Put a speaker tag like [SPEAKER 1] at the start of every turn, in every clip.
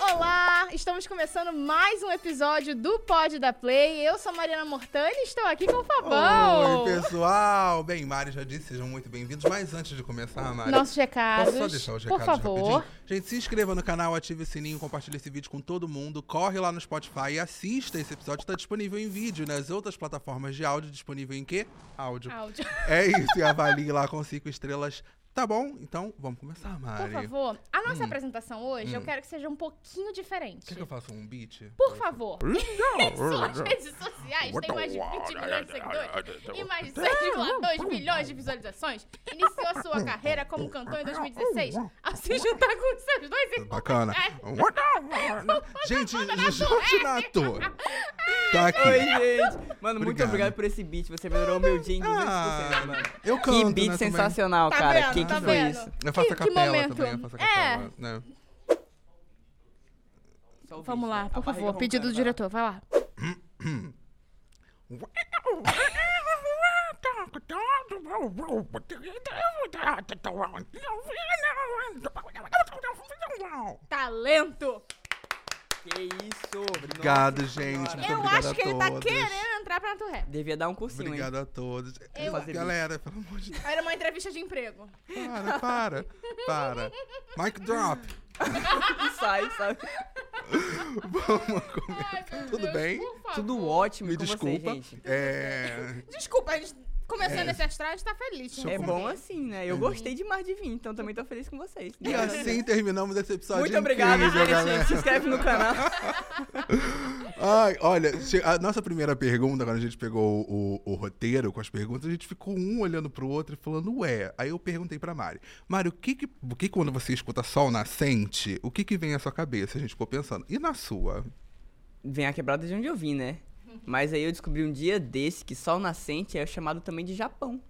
[SPEAKER 1] Olá, estamos começando mais um episódio do Pod da Play. Eu sou a Mariana Mortani e estou aqui com o Fabão.
[SPEAKER 2] Oi, pessoal! Bem, Mari já disse, sejam muito bem-vindos. Mas antes de começar, Mari.
[SPEAKER 1] Nossos recados.
[SPEAKER 2] Posso só deixar os
[SPEAKER 1] Por
[SPEAKER 2] recados
[SPEAKER 1] favor.
[SPEAKER 2] rapidinho? Gente, se inscreva no canal, ative o sininho, compartilhe esse vídeo com todo mundo. Corre lá no Spotify e assista. Esse episódio está disponível em vídeo. Nas outras plataformas de áudio, disponível em quê? Áudio.
[SPEAKER 1] Áudio.
[SPEAKER 2] É isso, e avalie lá com cinco estrelas. Tá bom? Então, vamos começar, Mari.
[SPEAKER 1] Por favor, a nossa apresentação hoje eu quero que seja um pouquinho diferente.
[SPEAKER 2] Quer Hum. que eu faça um beat?
[SPEAKER 1] Por favor. Suas redes sociais têm mais de 20 milhões de seguidores e mais de 7,2 milhões de visualizações. Iniciou sua carreira como cantor em 2016 ao se juntar tá com seus dois irmãos.
[SPEAKER 2] Bacana. Gente,
[SPEAKER 1] Bacana.
[SPEAKER 2] Jorge Nato. Tá aqui.
[SPEAKER 3] Oi, gente. Mano, muito
[SPEAKER 2] Obrigado.
[SPEAKER 3] obrigado por esse beat. Você melhorou meu dia em 200%, mano.
[SPEAKER 2] Ah, Eu canto,
[SPEAKER 3] Que beat
[SPEAKER 2] né, também.
[SPEAKER 3] sensacional,
[SPEAKER 1] Tá
[SPEAKER 3] cara.
[SPEAKER 1] vendo,
[SPEAKER 3] que que
[SPEAKER 1] tá
[SPEAKER 3] foi
[SPEAKER 1] vendo?
[SPEAKER 3] isso?
[SPEAKER 2] Eu faço
[SPEAKER 1] Que-
[SPEAKER 2] a
[SPEAKER 1] que
[SPEAKER 2] capela
[SPEAKER 1] momento?
[SPEAKER 2] também, eu faço a
[SPEAKER 1] É.
[SPEAKER 2] capela. né?
[SPEAKER 3] Só o
[SPEAKER 1] Vamos
[SPEAKER 3] beat,
[SPEAKER 1] lá,
[SPEAKER 3] né?
[SPEAKER 1] por
[SPEAKER 3] A barriga
[SPEAKER 1] favor. Pedido do
[SPEAKER 3] roncando,
[SPEAKER 1] diretor, vai lá. Talento!
[SPEAKER 3] tá? Que isso?
[SPEAKER 2] Obrigado,
[SPEAKER 3] Nossa
[SPEAKER 2] gente.
[SPEAKER 3] senhora.
[SPEAKER 2] Muito
[SPEAKER 1] Eu
[SPEAKER 2] obrigado
[SPEAKER 1] acho
[SPEAKER 2] a
[SPEAKER 1] que ele tá
[SPEAKER 2] todos.
[SPEAKER 1] querendo entrar pra Nato Rap.
[SPEAKER 3] Devia dar um cursinho, hein?
[SPEAKER 2] Obrigado a todos.
[SPEAKER 3] Eu- Fazer
[SPEAKER 2] Galera, pelo amor de Deus.
[SPEAKER 1] Era uma entrevista de emprego.
[SPEAKER 2] Para, para, para. Mic drop.
[SPEAKER 3] E sai, sabe?
[SPEAKER 2] Vamos começar.
[SPEAKER 1] Ai, meu
[SPEAKER 2] Tudo
[SPEAKER 1] Deus,
[SPEAKER 2] bem?
[SPEAKER 1] por favor.
[SPEAKER 3] Tudo ótimo
[SPEAKER 2] Me
[SPEAKER 3] com
[SPEAKER 2] desculpa.
[SPEAKER 3] vocês, gente.
[SPEAKER 2] É...
[SPEAKER 1] Desculpa, a gente começando esse astral, a gente tá feliz.
[SPEAKER 2] Deixa eu
[SPEAKER 3] É
[SPEAKER 2] com-
[SPEAKER 3] bom assim, né? Eu gostei demais de vir, então também tô feliz com vocês.
[SPEAKER 2] E assim terminamos esse episódio
[SPEAKER 3] Muito obrigado,
[SPEAKER 2] incrível,
[SPEAKER 3] gente.
[SPEAKER 2] né, galera.
[SPEAKER 3] Se inscreve no canal.
[SPEAKER 2] Ai, olha, che- a nossa primeira pergunta, quando a gente pegou o, o- o roteiro com as perguntas, a gente ficou um olhando pro outro e falando, ué. Aí eu perguntei pra Mari, Mari, o que que, o que que quando você escuta sol nascente, o que que vem à sua cabeça? A gente ficou pensando, e na sua?
[SPEAKER 3] Vem a quebrada de onde eu vim, né? Mas aí eu descobri um dia desse que Sol Nascente é chamado também de Japão.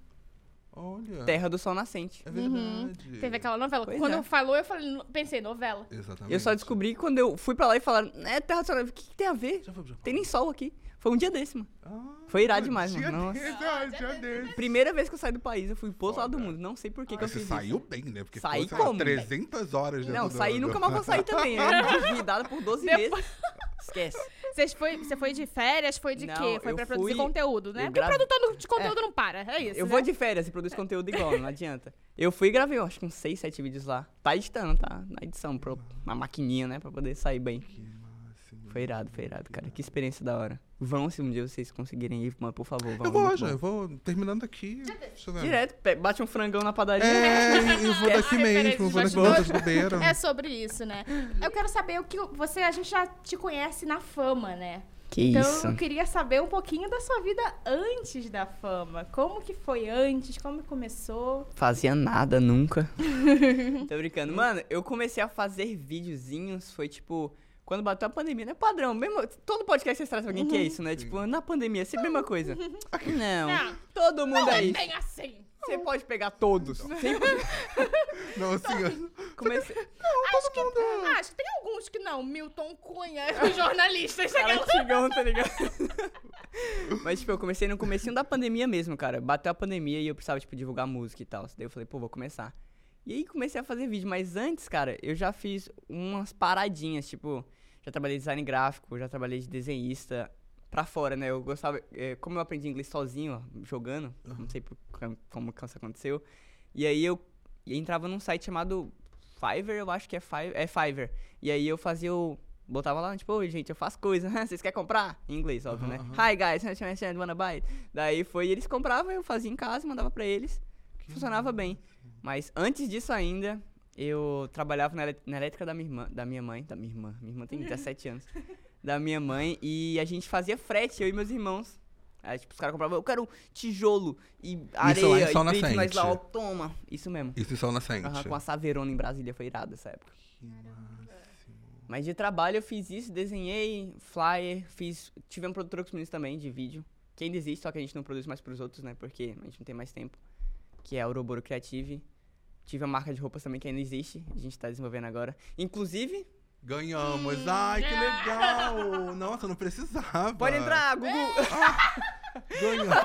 [SPEAKER 2] Olha,
[SPEAKER 3] Terra do Sol Nascente.
[SPEAKER 2] é
[SPEAKER 1] Uhum.
[SPEAKER 2] verdade.
[SPEAKER 1] Teve aquela novela.
[SPEAKER 3] Pois
[SPEAKER 1] Quando
[SPEAKER 3] é.
[SPEAKER 1] eu falou, eu falei, no- pensei, novela.
[SPEAKER 2] Exatamente.
[SPEAKER 3] Eu só descobri quando eu fui pra lá e falaram, é terra do sol. O que, que tem a ver?
[SPEAKER 2] Já foi pro Japão?
[SPEAKER 3] Tem nem sol aqui. Foi um dia desse, mano.
[SPEAKER 2] Ah,
[SPEAKER 3] Foi irado demais,
[SPEAKER 2] dia
[SPEAKER 3] mano.
[SPEAKER 2] desse,
[SPEAKER 3] Nossa.
[SPEAKER 2] ah, dia desse.
[SPEAKER 3] Primeira vez que eu saí do país, eu fui pro outro lado do
[SPEAKER 2] Olha.
[SPEAKER 3] mundo. Não sei por que, que eu
[SPEAKER 2] Mas você
[SPEAKER 3] fiz
[SPEAKER 2] saiu bem, né? Porque
[SPEAKER 3] Saí
[SPEAKER 2] ficou, sei lá,
[SPEAKER 3] como?
[SPEAKER 2] 300 horas
[SPEAKER 3] isso.
[SPEAKER 2] dentro
[SPEAKER 3] Não,
[SPEAKER 2] do-
[SPEAKER 3] saí e
[SPEAKER 2] do-
[SPEAKER 3] nunca mais vou sair também. Eu era desvidada por 12
[SPEAKER 1] Depois-
[SPEAKER 3] meses. Esquece.
[SPEAKER 1] Vocês foi, você foi de férias? Foi de
[SPEAKER 3] Não,
[SPEAKER 1] quê? Foi
[SPEAKER 3] eu
[SPEAKER 1] pra produzir
[SPEAKER 3] fui-
[SPEAKER 1] conteúdo, né?
[SPEAKER 3] eu
[SPEAKER 1] Porque o
[SPEAKER 3] gravo-
[SPEAKER 1] produtor não- de conteúdo não para. É isso.
[SPEAKER 3] Eu
[SPEAKER 1] né?
[SPEAKER 3] vou de férias e produzo conteúdo igual, não adianta. Eu fui e gravei, eu acho que uns 6, 7 vídeos lá. Tá editando, tá? Na edição, pro, na maquininha, né? Pra poder sair bem.
[SPEAKER 2] Que máximo.
[SPEAKER 3] Foi irado, foi irado, cara. Que experiência da hora. Vão se um dia vocês conseguirem ir, mano, por favor. Vão,
[SPEAKER 2] Eu
[SPEAKER 3] é
[SPEAKER 2] vou,
[SPEAKER 3] muito
[SPEAKER 2] já,
[SPEAKER 3] bom.
[SPEAKER 2] eu vou terminando aqui. Deixa eu ver.
[SPEAKER 3] Direto, pe- bate um frangão na padaria.
[SPEAKER 2] É, eu vou
[SPEAKER 1] É,
[SPEAKER 2] daqui
[SPEAKER 1] a referência
[SPEAKER 2] mesmo, eu vou
[SPEAKER 1] de
[SPEAKER 2] daqui
[SPEAKER 1] bastidores.
[SPEAKER 2] mesmo, de bobeira.
[SPEAKER 1] É sobre isso, né? Eu quero saber o que você. A gente já te conhece na fama, né?
[SPEAKER 3] Que
[SPEAKER 1] Então
[SPEAKER 3] isso.
[SPEAKER 1] eu queria saber um pouquinho da sua vida antes da fama. Como que foi antes? Como começou?
[SPEAKER 3] Fazia nada nunca. Tô brincando. Mano, eu comecei a fazer videozinhos, foi tipo. Quando bateu a pandemia, não é padrão. Mesmo, todo podcast vocês trazem pra alguém que é isso, né? Tipo, na pandemia, é sempre a mesma coisa. Não.
[SPEAKER 1] Não.
[SPEAKER 3] Todo mundo é
[SPEAKER 1] é
[SPEAKER 3] isso.
[SPEAKER 1] bem assim.
[SPEAKER 3] Você pode pegar todos. assim, Sempre
[SPEAKER 2] Não, senhor.
[SPEAKER 3] comecei.
[SPEAKER 1] acho, que,
[SPEAKER 2] é.
[SPEAKER 1] acho que tem alguns que não. Milton Cunha, os jornalistas.
[SPEAKER 3] Cara,
[SPEAKER 1] aquela-
[SPEAKER 3] antigão, tá ligado? Mas, tipo, eu comecei no comecinho da pandemia mesmo, cara. Bateu a pandemia e eu precisava, tipo, divulgar música e tal. Daí eu falei, pô, vou começar. E aí comecei a fazer vídeo, mas antes, cara, eu já fiz umas paradinhas, tipo, já trabalhei de design gráfico, já trabalhei de desenhista pra fora, né? Eu gostava. eh, como eu aprendi inglês sozinho, ó, jogando, não sei por- como, como que isso aconteceu. E aí eu entrava num site chamado Fiverr, eu acho que é Fiverr. É Fiverr. E aí eu fazia o. Botava lá, tipo, oi, gente, eu faço coisa, vocês querem comprar? Em inglês, óbvio, né? Hi, guys, wanna buy? it?" Daí foi, eles compravam, eu fazia em casa, mandava pra eles. funcionava bem. Mas antes disso ainda, eu trabalhava na, elé- na elétrica da minha irmã, da minha mãe, da minha irmã. Minha irmã tem 17 anos. Da minha mãe, e a gente fazia frete, eu e meus irmãos. Aí, tipo, os caras compravam, eu quero um tijolo e areia
[SPEAKER 2] lá em Sol
[SPEAKER 3] e brito, nós
[SPEAKER 2] Nascente.
[SPEAKER 3] lá, ó, toma. Isso mesmo.
[SPEAKER 2] Isso em Sol Nascente.
[SPEAKER 3] Aham, com a Saverona em Brasília, foi irado essa época. Mas de trabalho eu fiz isso, desenhei flyer, fiz. Tive um produtor com isso também de vídeo. Que ainda existe, só que a gente não produz mais pros outros, né? Porque a gente não tem mais tempo. Que é a Ouroboro Creative. Tive a marca de roupas também que ainda existe. A gente tá desenvolvendo agora. Inclusive,
[SPEAKER 2] Ganhamos.
[SPEAKER 1] Hum.
[SPEAKER 2] Ai, que legal. Nossa, não precisava.
[SPEAKER 3] pode entrar, Gugu!
[SPEAKER 2] Ganhamos.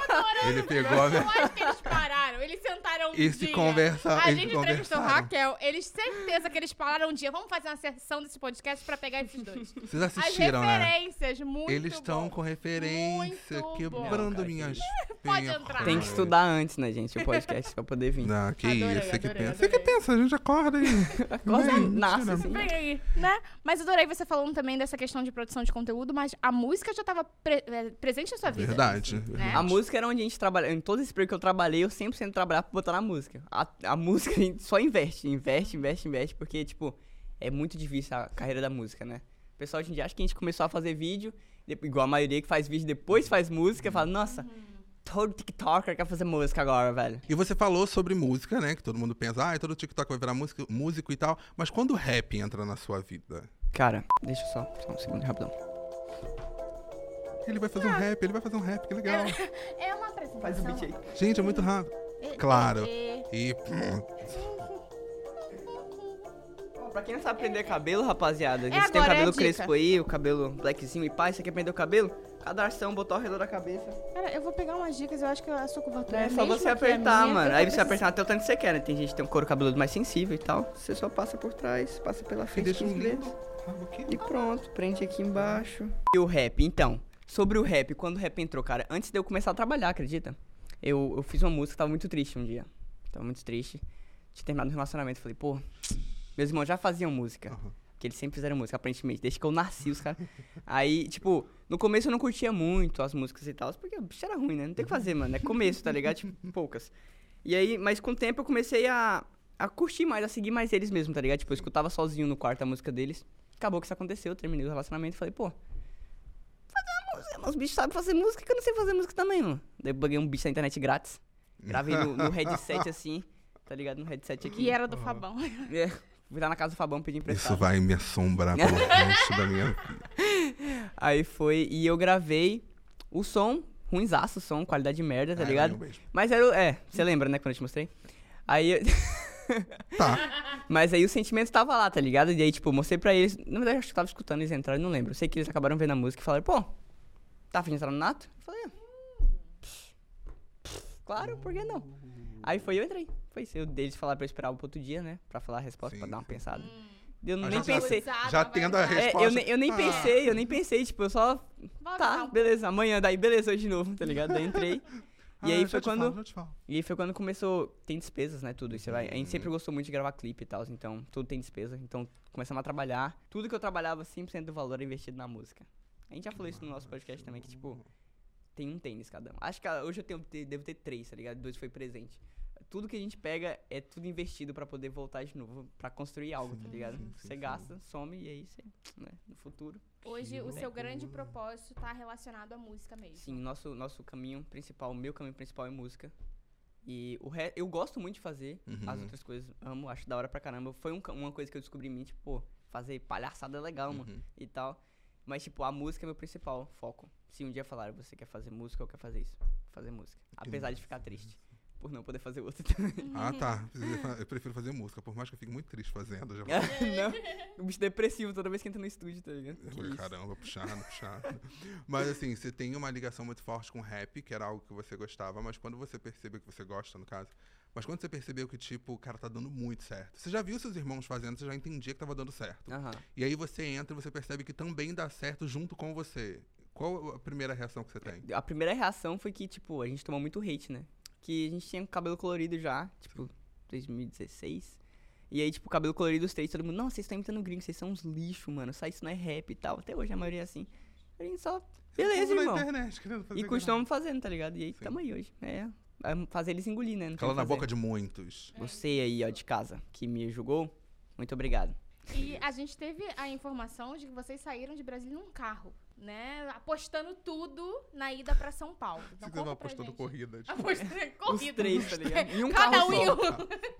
[SPEAKER 2] Ele pegou a...
[SPEAKER 1] Eu acho que eles pararam. Eles sentaram um
[SPEAKER 2] Eles se
[SPEAKER 1] dia.
[SPEAKER 2] conversa-
[SPEAKER 1] A
[SPEAKER 2] eles
[SPEAKER 1] gente entrevistou
[SPEAKER 2] conversaram.
[SPEAKER 1] Raquel. Eles certeza que eles falaram um dia. Vamos fazer uma sessão desse podcast pra pegar esses dois.
[SPEAKER 2] Vocês
[SPEAKER 1] As
[SPEAKER 2] assistiram, né?
[SPEAKER 1] referências, muito
[SPEAKER 2] Eles estão
[SPEAKER 1] bom.
[SPEAKER 2] com referência,
[SPEAKER 1] Muito
[SPEAKER 3] bom.
[SPEAKER 2] quebrando
[SPEAKER 3] Não,
[SPEAKER 2] minhas
[SPEAKER 1] Pode
[SPEAKER 2] pernas.
[SPEAKER 1] entrar.
[SPEAKER 3] Tem que estudar antes, né, gente, o podcast pra poder vir.
[SPEAKER 2] Não, que
[SPEAKER 1] Adorei,
[SPEAKER 2] isso, você que
[SPEAKER 1] adorei,
[SPEAKER 2] pensa. Você que
[SPEAKER 1] adorei.
[SPEAKER 2] pensa, a gente acorda e...
[SPEAKER 3] Acorda,
[SPEAKER 2] Bem,
[SPEAKER 3] nasce
[SPEAKER 2] tira.
[SPEAKER 3] assim.
[SPEAKER 1] Bem aí, né? Mas adorei você falando também dessa questão de produção de conteúdo, mas a música já tava pre- eh, presente na sua vida.
[SPEAKER 2] Verdade.
[SPEAKER 1] Né?
[SPEAKER 3] A música era onde a gente trabalha. Em todo esse período que eu trabalhei, eu 100% trabalhava pra botar na música. A, a música a gente só investe, investe, investe, investe, porque, tipo, é muito difícil a carreira da música, né? O pessoal hoje em dia acha que a gente começou a fazer vídeo, de- igual a maioria que faz vídeo depois faz música, fala, nossa, todo TikToker quer fazer música agora, velho.
[SPEAKER 2] E você falou sobre música, né? Que todo mundo pensa, ah, todo TikTok vai virar músico, músico e tal. Mas quando o rap entra na sua vida?
[SPEAKER 3] Cara, deixa eu só, só um segundo, rapidão.
[SPEAKER 2] Ele vai
[SPEAKER 3] Ah.
[SPEAKER 2] fazer um rap, ele vai fazer um rap, que legal.
[SPEAKER 1] É uma apresentação.
[SPEAKER 3] Faz um beat aí.
[SPEAKER 2] Gente, é muito rápido.
[SPEAKER 1] É-
[SPEAKER 2] Claro.
[SPEAKER 1] é-
[SPEAKER 2] E. hum,
[SPEAKER 3] Ó, Pra quem não sabe prender cabelo, rapaziada, a
[SPEAKER 1] É
[SPEAKER 3] gente tem
[SPEAKER 1] agora, é
[SPEAKER 3] o
[SPEAKER 1] a
[SPEAKER 3] cabelo
[SPEAKER 1] dica.
[SPEAKER 3] crespo aí, o cabelo blackzinho e pai, você quer prender é o cabelo? Cada ação, botar ao redor da cabeça.
[SPEAKER 1] Cara, eu vou pegar umas dicas, eu acho que a sua cobertura é,
[SPEAKER 3] É só
[SPEAKER 1] a mesma
[SPEAKER 3] você
[SPEAKER 1] que a
[SPEAKER 3] apertar,
[SPEAKER 1] minha,
[SPEAKER 3] mano.
[SPEAKER 1] eu
[SPEAKER 3] Aí
[SPEAKER 1] tô
[SPEAKER 3] você apertar até o tanto que você quer, né? Tem gente que tem um couro cabeludo mais sensível e tal. Você só passa por trás, passa pela frente
[SPEAKER 2] deixa
[SPEAKER 3] dos
[SPEAKER 2] um
[SPEAKER 3] dedos.
[SPEAKER 2] rabo aqui.
[SPEAKER 3] E pronto, prende aqui embaixo. E o rap, então. Sobre o rap, quando o rap entrou, cara, antes de eu começar a trabalhar, acredita? Eu, eu fiz uma música, tava muito triste um dia. Tava muito triste. Tinha terminado um relacionamento. Falei, pô, meus irmãos já faziam música. Porque eles sempre fizeram música, aparentemente. Desde que eu nasci, os caras. Aí, tipo, no começo eu não curtia muito as músicas e tal, porque bicho era ruim, né? Não tem o que fazer, mano. É começo, tá ligado? Tipo, poucas. E aí, mas com o tempo eu comecei a, a curtir mais, a seguir mais eles mesmo, tá ligado? Tipo, eu escutava sozinho no quarto a música deles. Acabou que isso aconteceu, eu terminei o relacionamento e falei, pô, fazer uma música, mas os bichos sabem fazer música que eu não sei fazer música também, mano. Daí eu peguei um bicho da internet grátis. Gravei no, no headset assim, tá ligado? No headset
[SPEAKER 1] E
[SPEAKER 3] aqui.
[SPEAKER 1] era do Fabão.
[SPEAKER 3] É, fui lá na casa do Fabão pedir emprestado.
[SPEAKER 2] Isso vai me assombrar pelo resto da minha vida.
[SPEAKER 3] Aí foi, e eu gravei o som, ruinzaço o som, qualidade de merda, tá
[SPEAKER 2] Ah, é
[SPEAKER 3] ligado?
[SPEAKER 2] ruim mesmo.
[SPEAKER 3] Mas era, o- é, você lembra, né, quando eu te mostrei? Aí, eu-
[SPEAKER 2] Tá.
[SPEAKER 3] mas aí o sentimento tava lá, tá ligado? E aí, tipo, eu mostrei pra eles, na verdade, eu acho que eu tava escutando eles entraram, eu não lembro. Eu sei que eles acabaram vendo a música e falaram, pô, tá afim de entrar no Nato? Eu falei, é. Claro, por que não? Aí foi, eu entrei. Foi isso, eu deles falaram pra eu esperar pro outro dia, né, pra falar a resposta,
[SPEAKER 2] Sim,
[SPEAKER 3] pra dar uma
[SPEAKER 2] sim.
[SPEAKER 3] pensada. Eu
[SPEAKER 2] Ah,
[SPEAKER 3] nem
[SPEAKER 2] já-
[SPEAKER 1] é
[SPEAKER 3] pensei...
[SPEAKER 2] Já tendo a
[SPEAKER 3] É,
[SPEAKER 2] resposta.
[SPEAKER 3] eu, nem- eu nem
[SPEAKER 2] Ah.
[SPEAKER 3] pensei, eu nem pensei, tipo, eu só Tá, beleza, amanhã, daí beleza, hoje de novo, tá ligado? Daí entrei. E
[SPEAKER 2] Ah,
[SPEAKER 3] aí
[SPEAKER 2] já
[SPEAKER 3] foi
[SPEAKER 2] te
[SPEAKER 3] quando-
[SPEAKER 2] falo, já te falo.
[SPEAKER 3] E aí foi quando começou. Tem despesas, né? Tudo. Isso vai. A gente
[SPEAKER 2] Uhum.
[SPEAKER 3] sempre gostou muito de gravar clipe e tal, então tudo tem despesa. Então começamos a trabalhar. Tudo que eu trabalhava, 100% do valor era investido na música. A gente já falou isso no nosso podcast também, que tipo, tem um tênis cada um. Acho que ah, hoje eu tenho, te- devo ter três, tá ligado? Dois foi presente. Tudo que a gente pega é tudo investido pra poder voltar de novo, pra construir algo, tá ligado?
[SPEAKER 2] sim, sim,
[SPEAKER 3] Você
[SPEAKER 2] sim.
[SPEAKER 3] gasta, some e aí você, né, no futuro.
[SPEAKER 1] um- Hoje o seu grande propósito tá relacionado à música mesmo.
[SPEAKER 3] Sim, nosso, nosso caminho principal, o meu caminho principal é música. E o re... eu gosto muito de fazer as
[SPEAKER 2] Uhum.
[SPEAKER 3] outras coisas, amo, acho da hora pra caramba. Foi um ca- uma coisa que eu descobri em mim, tipo, pô, fazer palhaçada é legal,
[SPEAKER 2] Uhum.
[SPEAKER 3] mano, e tal. Mas, tipo, a música é meu principal foco. Se um dia falar, você quer fazer música ou quer fazer isso? Fazer música. Apesar de ficar triste por não poder fazer outra também.
[SPEAKER 2] Ah, tá.
[SPEAKER 3] Uhum.
[SPEAKER 2] Eu prefiro fazer música, por mais que eu fique muito triste fazendo. Já
[SPEAKER 3] não, o bicho depressivo toda vez que entra no estúdio, tá ligado? Que
[SPEAKER 2] Falei,
[SPEAKER 3] isso.
[SPEAKER 2] Caramba, puxado, puxado. mas assim, você tem uma ligação muito forte com rap, que era algo que você gostava, mas quando você percebeu que você gosta, no caso, mas quando você percebeu que, tipo, o cara tá dando muito certo. Você já viu seus irmãos fazendo, você já entendia que tava dando certo.
[SPEAKER 3] Aham.
[SPEAKER 2] E aí você entra e você percebe que também dá certo junto com você. Qual a primeira reação que você tem?
[SPEAKER 3] A primeira reação foi que, tipo, a gente tomou muito hate, né? Que a gente tinha cabelo colorido já, tipo, 2016. E aí, tipo, cabelo colorido os três, todo mundo, nossa, vocês estão imitando gringo, vocês são uns lixo, mano. Só isso não é rap e tal. Até hoje a maioria é assim. A gente só. Beleza,
[SPEAKER 2] Tudo na
[SPEAKER 3] irmão.
[SPEAKER 2] internet, querendo fazer
[SPEAKER 3] E costumamos fazendo, tá ligado? E aí,
[SPEAKER 2] Sim.
[SPEAKER 3] tamo aí hoje. É. é Fazer eles engolir, né? Não tem
[SPEAKER 2] Cala
[SPEAKER 3] o que
[SPEAKER 2] na
[SPEAKER 3] fazer.
[SPEAKER 2] boca de muitos.
[SPEAKER 3] Você aí, ó, de casa, que me julgou, muito obrigado.
[SPEAKER 1] E a gente teve a informação de que vocês saíram de Brasília num carro, né? Apostando tudo na ida pra São Paulo. Então,
[SPEAKER 2] Você tava
[SPEAKER 1] conta pra
[SPEAKER 2] apostando
[SPEAKER 1] gente. Ah,
[SPEAKER 2] corrida. tipo,
[SPEAKER 1] Apostando em corrida.
[SPEAKER 3] Os três, tá ligado? Em um
[SPEAKER 1] Cada
[SPEAKER 3] carro
[SPEAKER 1] um
[SPEAKER 3] só.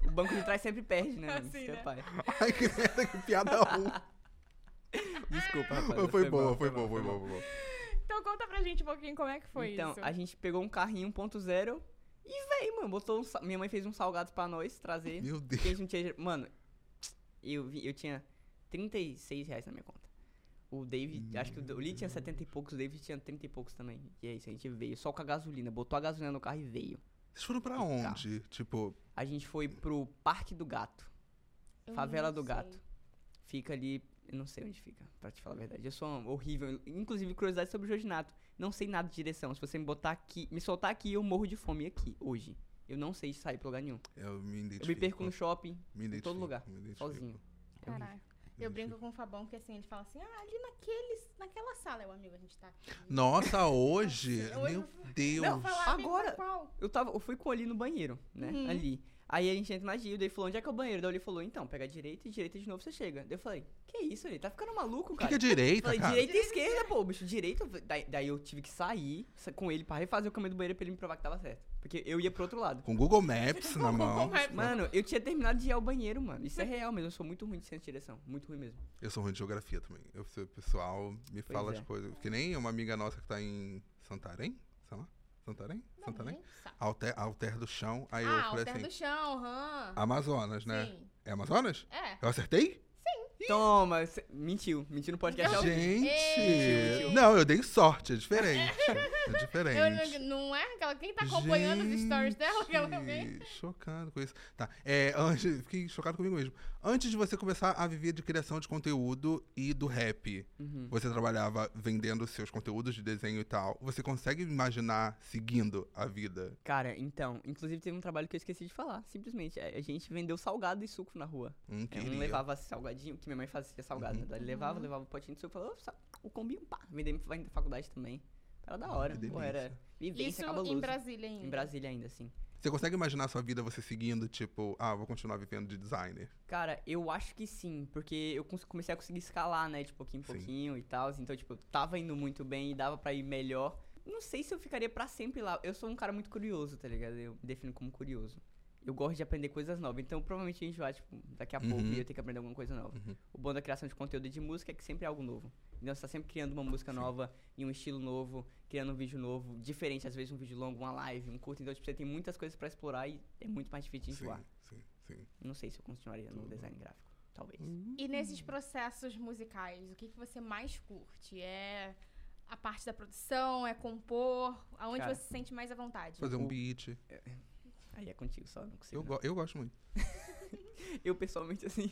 [SPEAKER 1] em um.
[SPEAKER 3] O banco de trás sempre perde, né? mano?
[SPEAKER 1] Assim,
[SPEAKER 3] Isso que é
[SPEAKER 1] né?
[SPEAKER 3] pai.
[SPEAKER 2] Ai, que merda, que piada ruim.
[SPEAKER 3] Desculpa, rapaz.
[SPEAKER 2] Foi boa,
[SPEAKER 3] mal,
[SPEAKER 2] foi
[SPEAKER 3] mal,
[SPEAKER 2] boa, foi boa, foi boa.
[SPEAKER 1] Então conta pra gente um pouquinho como é que foi
[SPEAKER 3] então,
[SPEAKER 1] isso.
[SPEAKER 3] a gente pegou um carrinho 1.0 e veio, mano. Botou um sa- minha mãe fez um salgado pra nós trazer.
[SPEAKER 2] Meu
[SPEAKER 3] porque a
[SPEAKER 2] Deus.
[SPEAKER 3] gente não tinha... Mano, eu, vi- eu tinha 36 reais na minha conta. O David, acho que o, Lee tinha 70 e poucos, o David tinha 30 e poucos também. E é isso, a gente veio só com a gasolina. Botou a gasolina no carro e veio.
[SPEAKER 2] Vocês foram pra onde? Tipo,
[SPEAKER 3] A gente foi pro Parque do Gato.
[SPEAKER 1] Eu
[SPEAKER 3] Favela
[SPEAKER 1] não
[SPEAKER 3] do
[SPEAKER 1] sei.
[SPEAKER 3] Gato. Fica ali. Eu não sei onde fica, pra te falar a verdade. Eu sou um horrível. Inclusive, curiosidade sobre o Jorginato. Não sei nada de direção. Se você me botar aqui, me soltar aqui, eu morro de fome aqui, hoje. Eu não sei sair pra lugar nenhum.
[SPEAKER 2] eu me
[SPEAKER 3] Eu
[SPEAKER 2] identifico.
[SPEAKER 3] me perco no shopping,
[SPEAKER 2] Me
[SPEAKER 3] em
[SPEAKER 2] identifico,
[SPEAKER 3] todo lugar,
[SPEAKER 2] me identifico.
[SPEAKER 3] sozinho.
[SPEAKER 1] Caraca. Eu brinco com o Fabão, porque assim, ele fala assim, ah, ali naqueles, naquela sala, eu, amigo, a gente tá aqui.
[SPEAKER 2] Nossa, hoje,
[SPEAKER 1] Nossa, hoje
[SPEAKER 2] meu
[SPEAKER 1] eu fui-
[SPEAKER 2] Deus.
[SPEAKER 1] Não, falar
[SPEAKER 3] Agora-
[SPEAKER 1] Amigo, qual?
[SPEAKER 3] Eu, tava, eu fui com ele no banheiro, né?
[SPEAKER 1] Uhum.
[SPEAKER 3] Ali. Aí a gente entra na Gil, daí falou, onde é que é o banheiro? Daí ele falou, então, pega a direita e direita de novo você chega. Daí eu falei, que isso, ele tá ficando maluco,
[SPEAKER 2] o que,
[SPEAKER 3] cara.
[SPEAKER 2] que é direita,
[SPEAKER 3] Falei,
[SPEAKER 2] cara?
[SPEAKER 3] direita e esquerda, pô, bicho, direita. Daí, daí eu tive que sair sa- com ele pra refazer o caminho do banheiro pra ele me provar que tava certo. Porque eu ia pro outro lado.
[SPEAKER 2] Com Google Maps na mão.
[SPEAKER 1] Google Maps.
[SPEAKER 2] tipo,
[SPEAKER 3] Mano, eu tinha terminado de ir ao banheiro, mano. Isso é real mesmo, eu sou muito ruim de senso de direção. Muito ruim mesmo.
[SPEAKER 2] Eu sou ruim de geografia também. Eu, o pessoal me
[SPEAKER 3] Pois
[SPEAKER 2] fala
[SPEAKER 3] é.
[SPEAKER 2] as coisas. Que nem uma amiga nossa que tá em Santarém? Sei lá. Santarém?
[SPEAKER 1] Não,
[SPEAKER 2] Santarém?
[SPEAKER 1] nem sabe.
[SPEAKER 2] Alter, alter do chão. tá Aí eu
[SPEAKER 1] Ah,
[SPEAKER 2] falei
[SPEAKER 1] Alter
[SPEAKER 2] assim.
[SPEAKER 1] do Chão, hã?
[SPEAKER 2] Amazonas, né?
[SPEAKER 1] Sim.
[SPEAKER 2] É Amazonas?
[SPEAKER 1] É.
[SPEAKER 2] Eu acertei?
[SPEAKER 3] Toma, cê- mentiu. Mentiu no podcast ao vivo.
[SPEAKER 2] Gente!
[SPEAKER 1] Ei!
[SPEAKER 2] Não, eu dei sorte, é diferente. É
[SPEAKER 1] Eu não,
[SPEAKER 2] diferente.
[SPEAKER 1] não é aquela. Quem tá acompanhando os stories dela? Aquela também?
[SPEAKER 2] Gente, Chocado com isso. Tá. É, antes, fiquei chocado comigo mesmo. Antes de você começar a viver de criação de conteúdo e do rap,
[SPEAKER 3] Uhum.
[SPEAKER 2] você trabalhava vendendo seus conteúdos de desenho e tal. Você consegue imaginar seguindo a vida?
[SPEAKER 3] Cara, então, inclusive teve um trabalho que eu esqueci de falar, simplesmente. É, A gente vendeu salgado e suco na rua.
[SPEAKER 2] Hum,
[SPEAKER 3] É,
[SPEAKER 2] queria. Uhum.
[SPEAKER 3] um levava salgadinho, que minha mãe fazia salgado, né? Daí ele levava, levava o potinho de suco, falou, "Ô, sal- o combinho, pá, vendei na faculdade também. Era da hora,
[SPEAKER 2] Ah, que
[SPEAKER 3] pô, era vivência
[SPEAKER 1] Isso
[SPEAKER 3] cabuloso.
[SPEAKER 1] em Brasília ainda.
[SPEAKER 3] Em Brasília ainda, assim.
[SPEAKER 2] Você consegue imaginar sua vida você seguindo, tipo, ah, vou continuar vivendo de designer?
[SPEAKER 3] Cara, eu acho que sim, porque eu cons- comecei a conseguir escalar, né, de pouquinho em
[SPEAKER 2] Sim.
[SPEAKER 3] pouquinho e tal, então, tipo, eu tava indo muito bem e dava pra ir melhor. Não sei se eu ficaria pra sempre lá, eu sou um cara muito curioso, tá ligado? Eu me defino como curioso. Eu gosto de aprender coisas novas, então provavelmente a gente vai, tipo, daqui a pouco
[SPEAKER 2] Uhum.
[SPEAKER 3] e eu tenho que aprender alguma coisa nova. O bom da criação de conteúdo e de música é que sempre é algo novo. Então você tá sempre criando uma música nova, em um estilo novo, criando um vídeo novo, diferente, às vezes um vídeo longo, uma live, um curto, então, tipo, você tem muitas coisas pra explorar e é muito mais difícil de enjoar.
[SPEAKER 2] Sim, sim, sim.
[SPEAKER 3] Não sei se eu continuaria no design gráfico. Talvez.
[SPEAKER 1] E nesses processos musicais, o que, que você mais curte? É a parte da produção? É compor? Aonde
[SPEAKER 3] Cara.
[SPEAKER 1] você se sente mais à vontade?
[SPEAKER 2] Fazer um
[SPEAKER 3] O-
[SPEAKER 2] beat.
[SPEAKER 3] Aí é contigo só, não consigo.
[SPEAKER 2] Eu,
[SPEAKER 3] não.
[SPEAKER 2] go- eu gosto muito.
[SPEAKER 3] Eu, pessoalmente, assim.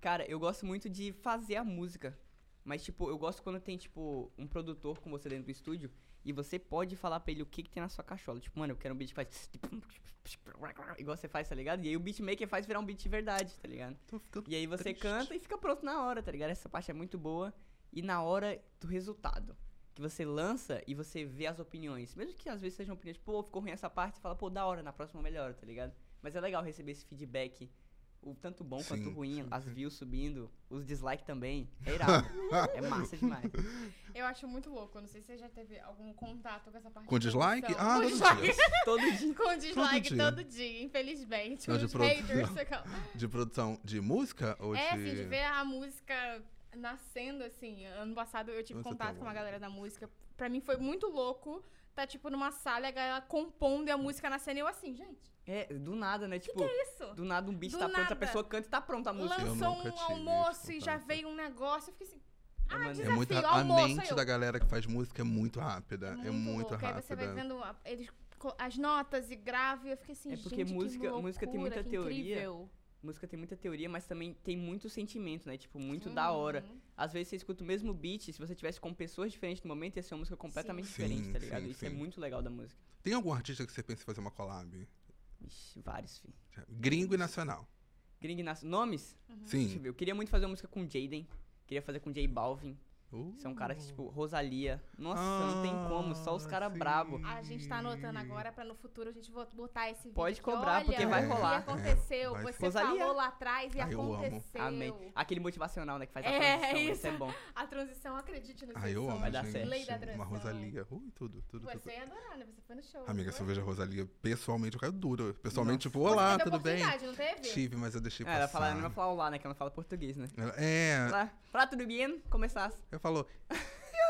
[SPEAKER 3] Cara, eu gosto muito de fazer a música. Mas, tipo, eu gosto quando tem, tipo, um produtor com você dentro do estúdio e você pode falar pra ele o que, que tem na sua cachola. Tipo, mano, eu quero um beat que faz. tipo, Igual você faz, tá ligado? E aí o beatmaker faz virar um beat de verdade, tá ligado?
[SPEAKER 2] Tô ficando
[SPEAKER 3] E aí você
[SPEAKER 2] Triste.
[SPEAKER 3] canta e fica pronto na hora, tá ligado? Essa parte é muito boa. E na hora do resultado. Que você lança e você vê as opiniões. Mesmo que às vezes sejam opiniões, pô, ficou ruim essa parte, você fala, pô, da hora, na próxima eu melhora, tá ligado? Mas é legal receber esse feedback. O tanto bom quanto
[SPEAKER 2] Sim,
[SPEAKER 3] ruim,
[SPEAKER 2] sim,
[SPEAKER 3] as
[SPEAKER 2] sim.
[SPEAKER 3] views subindo, os dislikes também. É irado. é massa demais.
[SPEAKER 1] Eu acho muito louco. Eu não sei se você já teve algum contato com essa parte.
[SPEAKER 2] Com
[SPEAKER 1] de
[SPEAKER 2] dislike?
[SPEAKER 1] produção.
[SPEAKER 2] Ah,
[SPEAKER 1] com
[SPEAKER 2] todo
[SPEAKER 1] dislike.
[SPEAKER 2] dia.
[SPEAKER 3] Todo dia.
[SPEAKER 1] Com dislike
[SPEAKER 2] dia.
[SPEAKER 1] todo dia, infelizmente.
[SPEAKER 2] Não, de
[SPEAKER 1] Os
[SPEAKER 2] produ-
[SPEAKER 1] haters. sacou?
[SPEAKER 2] De produção de música ou
[SPEAKER 1] É,
[SPEAKER 2] de.
[SPEAKER 1] assim, de ver a música nascendo, assim. Ano passado eu tive
[SPEAKER 2] Nossa,
[SPEAKER 1] contato
[SPEAKER 2] tá
[SPEAKER 1] com uma
[SPEAKER 2] bom.
[SPEAKER 1] galera da música. Pra mim foi muito louco. Tá, tipo, numa sala e a galera compondo e a música nascendo. E eu assim, gente,
[SPEAKER 3] É, do nada, né? Tipo,
[SPEAKER 2] é
[SPEAKER 1] isso.
[SPEAKER 3] do nada um beat
[SPEAKER 1] Do
[SPEAKER 3] tá pronto, a
[SPEAKER 1] nada.
[SPEAKER 3] pessoa canta e tá pronta a música.
[SPEAKER 2] Eu
[SPEAKER 1] Lançou
[SPEAKER 2] nunca
[SPEAKER 1] um
[SPEAKER 2] tive
[SPEAKER 1] almoço e
[SPEAKER 2] contato.
[SPEAKER 1] já veio um negócio. Eu fiquei assim,
[SPEAKER 3] É, mano,
[SPEAKER 2] É
[SPEAKER 1] desafio,
[SPEAKER 2] muito, a
[SPEAKER 1] almoço, aí
[SPEAKER 2] mente
[SPEAKER 1] eu-
[SPEAKER 2] da galera que faz música é muito rápida. É muito, é.
[SPEAKER 1] louco. Aí você vai
[SPEAKER 2] rápida.
[SPEAKER 1] vendo a- eles co- as notas e grave. Eu fiquei assim,
[SPEAKER 3] É porque
[SPEAKER 1] gente, que
[SPEAKER 3] música- música tem
[SPEAKER 1] loucura,
[SPEAKER 3] muita
[SPEAKER 1] que
[SPEAKER 3] teoria.
[SPEAKER 1] incrível.
[SPEAKER 3] música tem muita teoria, mas também tem muito sentimento, né? Tipo, muito da hora.
[SPEAKER 1] Uhum.
[SPEAKER 3] Às vezes você escuta o mesmo beat, se você tivesse com pessoas diferentes no momento, ia ser uma música completamente
[SPEAKER 2] Sim.
[SPEAKER 3] diferente, tá
[SPEAKER 2] Sim,
[SPEAKER 3] ligado?
[SPEAKER 2] sim,
[SPEAKER 3] Isso é
[SPEAKER 2] sim.
[SPEAKER 3] muito legal da música.
[SPEAKER 2] Tem algum artista que você pensa em fazer uma collab?
[SPEAKER 3] Ixi, vários, fi.
[SPEAKER 2] Gringo e nacional.
[SPEAKER 3] Gring Inácio. Nomes?
[SPEAKER 1] Uhum.
[SPEAKER 3] Deixa eu
[SPEAKER 2] Sim.
[SPEAKER 3] ver. Eu queria muito fazer uma música com Jaden. Queria fazer com J Balvin.
[SPEAKER 2] Uh,
[SPEAKER 3] São caras que, tipo, Rosalia. Nossa, não
[SPEAKER 2] Ah,
[SPEAKER 3] tem como. Só os caras
[SPEAKER 2] sim.
[SPEAKER 3] brabo.
[SPEAKER 1] A gente tá anotando agora pra no futuro a gente vo- botar esse vídeo.
[SPEAKER 3] Pode
[SPEAKER 1] aqui.
[SPEAKER 3] cobrar,
[SPEAKER 1] Olha,
[SPEAKER 3] porque vai rolar.
[SPEAKER 1] O que aconteceu?
[SPEAKER 2] É, vai
[SPEAKER 1] Você
[SPEAKER 2] sim.
[SPEAKER 3] Rosalía.
[SPEAKER 1] falou lá atrás e
[SPEAKER 2] Ah, eu amo.
[SPEAKER 1] aconteceu.
[SPEAKER 3] Amém. Aquele motivacional, né? Que faz a
[SPEAKER 1] É,
[SPEAKER 3] transição.
[SPEAKER 1] isso.
[SPEAKER 3] Isso é bom.
[SPEAKER 1] A transição, acredite no
[SPEAKER 2] Ah, eu amo,
[SPEAKER 3] Vai dar certo.
[SPEAKER 1] Lei da
[SPEAKER 2] gente. Uma
[SPEAKER 1] atração.
[SPEAKER 2] Rosalia. Ui, tudo, tudo, tudo.
[SPEAKER 1] Você ia adorar, né? Você foi no show.
[SPEAKER 2] Amiga, se eu vejo a Rosalia pessoalmente, eu caio duro. Pessoalmente,
[SPEAKER 3] Nossa.
[SPEAKER 2] tipo, olá,
[SPEAKER 1] Você teve
[SPEAKER 2] tudo bem?
[SPEAKER 1] oportunidade, Não teve?
[SPEAKER 2] Tive, mas eu deixei
[SPEAKER 3] Ah, ela, fala,
[SPEAKER 2] passar.
[SPEAKER 3] ela não vai falar o lá, né? Que tá? ela não fala português, né?
[SPEAKER 2] Ela- Tipo assim. É,
[SPEAKER 3] Lá, Fala tudo bem? Começasse.
[SPEAKER 2] eu falo,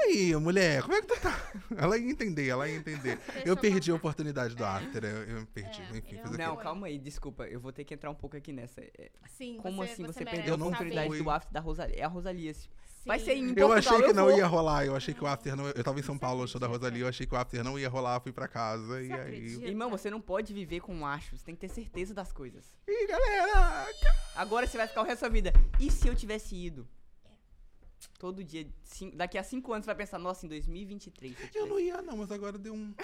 [SPEAKER 2] aí, mulher, como é que tu tá? Ela ia entender, ela ia entender.
[SPEAKER 1] Deixa
[SPEAKER 2] Eu
[SPEAKER 1] eu
[SPEAKER 2] perdi a
[SPEAKER 1] contar.
[SPEAKER 2] oportunidade do after, eu, eu perdi.
[SPEAKER 1] É,
[SPEAKER 2] Enfim,
[SPEAKER 1] eu-
[SPEAKER 2] fiz
[SPEAKER 3] Não,
[SPEAKER 2] aquilo.
[SPEAKER 1] Foi.
[SPEAKER 3] calma aí, desculpa. Eu vou ter que entrar um pouco aqui nessa. É,
[SPEAKER 1] Sim,
[SPEAKER 3] Como
[SPEAKER 1] você,
[SPEAKER 3] assim você,
[SPEAKER 1] merece
[SPEAKER 3] perdeu a
[SPEAKER 2] não
[SPEAKER 1] saber.
[SPEAKER 3] oportunidade
[SPEAKER 2] fui.
[SPEAKER 3] do after da Rosalia? É a Rosalia. esse-
[SPEAKER 1] Sim.
[SPEAKER 3] Vai ser em
[SPEAKER 2] Eu
[SPEAKER 3] Portugal,
[SPEAKER 2] achei que
[SPEAKER 3] eu
[SPEAKER 2] não
[SPEAKER 3] vou.
[SPEAKER 2] ia rolar, eu achei que o after não. Eu tava em São Paulo, no show da Rosalia, eu achei que o after não ia rolar, fui pra casa e aí.
[SPEAKER 1] acredita?
[SPEAKER 3] Irmão, você não pode viver com acho. Você tem que ter certeza das coisas.
[SPEAKER 2] Ih, galera!
[SPEAKER 3] Agora você vai ficar o resto da vida. E se eu tivesse ido? Todo dia, cin- daqui a cinco anos, você vai pensar, nossa, em 2023. se eu
[SPEAKER 2] Eu
[SPEAKER 3] tivesse-
[SPEAKER 2] não ia, não, mas agora deu um.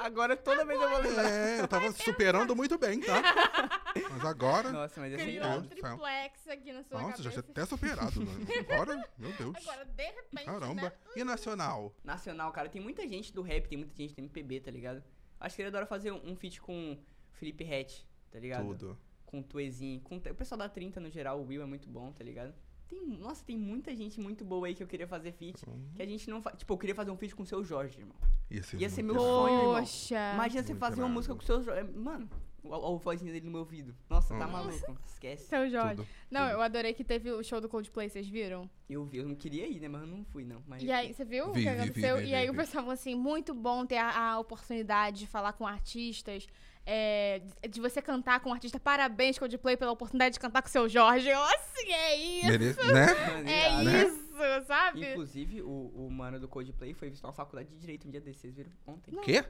[SPEAKER 3] Agora toda vez eu vou lembrar.
[SPEAKER 2] É, eu tava superando muito bem, tá? Mas agora.
[SPEAKER 3] Nossa, mas é
[SPEAKER 1] Criou
[SPEAKER 2] Meu
[SPEAKER 1] um
[SPEAKER 3] verdade.
[SPEAKER 2] Deus do céu.
[SPEAKER 1] triplex aqui na sua
[SPEAKER 2] Nossa, já
[SPEAKER 1] cabeça. assim.
[SPEAKER 2] tinha até superado, mano. Agora, meu Deus.
[SPEAKER 1] Agora, de repente,
[SPEAKER 2] Caramba.
[SPEAKER 1] né?
[SPEAKER 2] E nacional?
[SPEAKER 3] Nacional, cara, tem muita gente do rap, tem muita gente do MPB, tá ligado? Acho que ele adora fazer um, um feat com Felipe Rett, tá ligado?
[SPEAKER 2] Tudo.
[SPEAKER 3] com o Tuezinho, com o pessoal da 30 no geral, o Will é muito bom, tá ligado? Tem, nossa, tem muita gente muito boa aí que eu queria fazer feat,
[SPEAKER 2] Hum,
[SPEAKER 3] que a gente não faz. Tipo, eu queria fazer um feat com o seu Jorge, irmão.
[SPEAKER 2] Ia ser,
[SPEAKER 3] Ia ser
[SPEAKER 2] muito
[SPEAKER 3] meu
[SPEAKER 2] irado.
[SPEAKER 3] sonho, irmão.
[SPEAKER 1] Poxa.
[SPEAKER 3] Imagina você
[SPEAKER 2] Muito
[SPEAKER 3] fazer uma
[SPEAKER 2] irado.
[SPEAKER 3] músico música com o seu Jorge. Mano, o, o, vozinho dele no meu ouvido. Nossa, tá
[SPEAKER 2] Hum.
[SPEAKER 3] maluco. Esquece.
[SPEAKER 1] é Seu Jorge.
[SPEAKER 2] Tudo.
[SPEAKER 1] Não,
[SPEAKER 2] tudo.
[SPEAKER 1] eu adorei que teve o show do Coldplay, vocês viram?
[SPEAKER 3] Eu vi, eu não queria ir, né? Mas eu não fui, não. Mas
[SPEAKER 1] E aí, você viu o
[SPEAKER 2] Vi,
[SPEAKER 1] que
[SPEAKER 2] vi,
[SPEAKER 1] aconteceu?
[SPEAKER 2] vi, vi,
[SPEAKER 1] e aí
[SPEAKER 2] vi,
[SPEAKER 1] o
[SPEAKER 2] vi.
[SPEAKER 1] pessoal falou assim, muito bom ter a, a oportunidade de falar com artistas, é, de- de você cantar com um artista. Parabéns, Coldplay, pela oportunidade de cantar com o seu Jorge. Eu, assim, é isso!
[SPEAKER 2] Mere- Né?
[SPEAKER 1] É
[SPEAKER 3] Maneirado.
[SPEAKER 1] isso, sabe?
[SPEAKER 3] Inclusive, o, o mano do Coldplay foi visitar uma faculdade de direito um dia desses, vocês viram? Ontem.
[SPEAKER 2] Quê?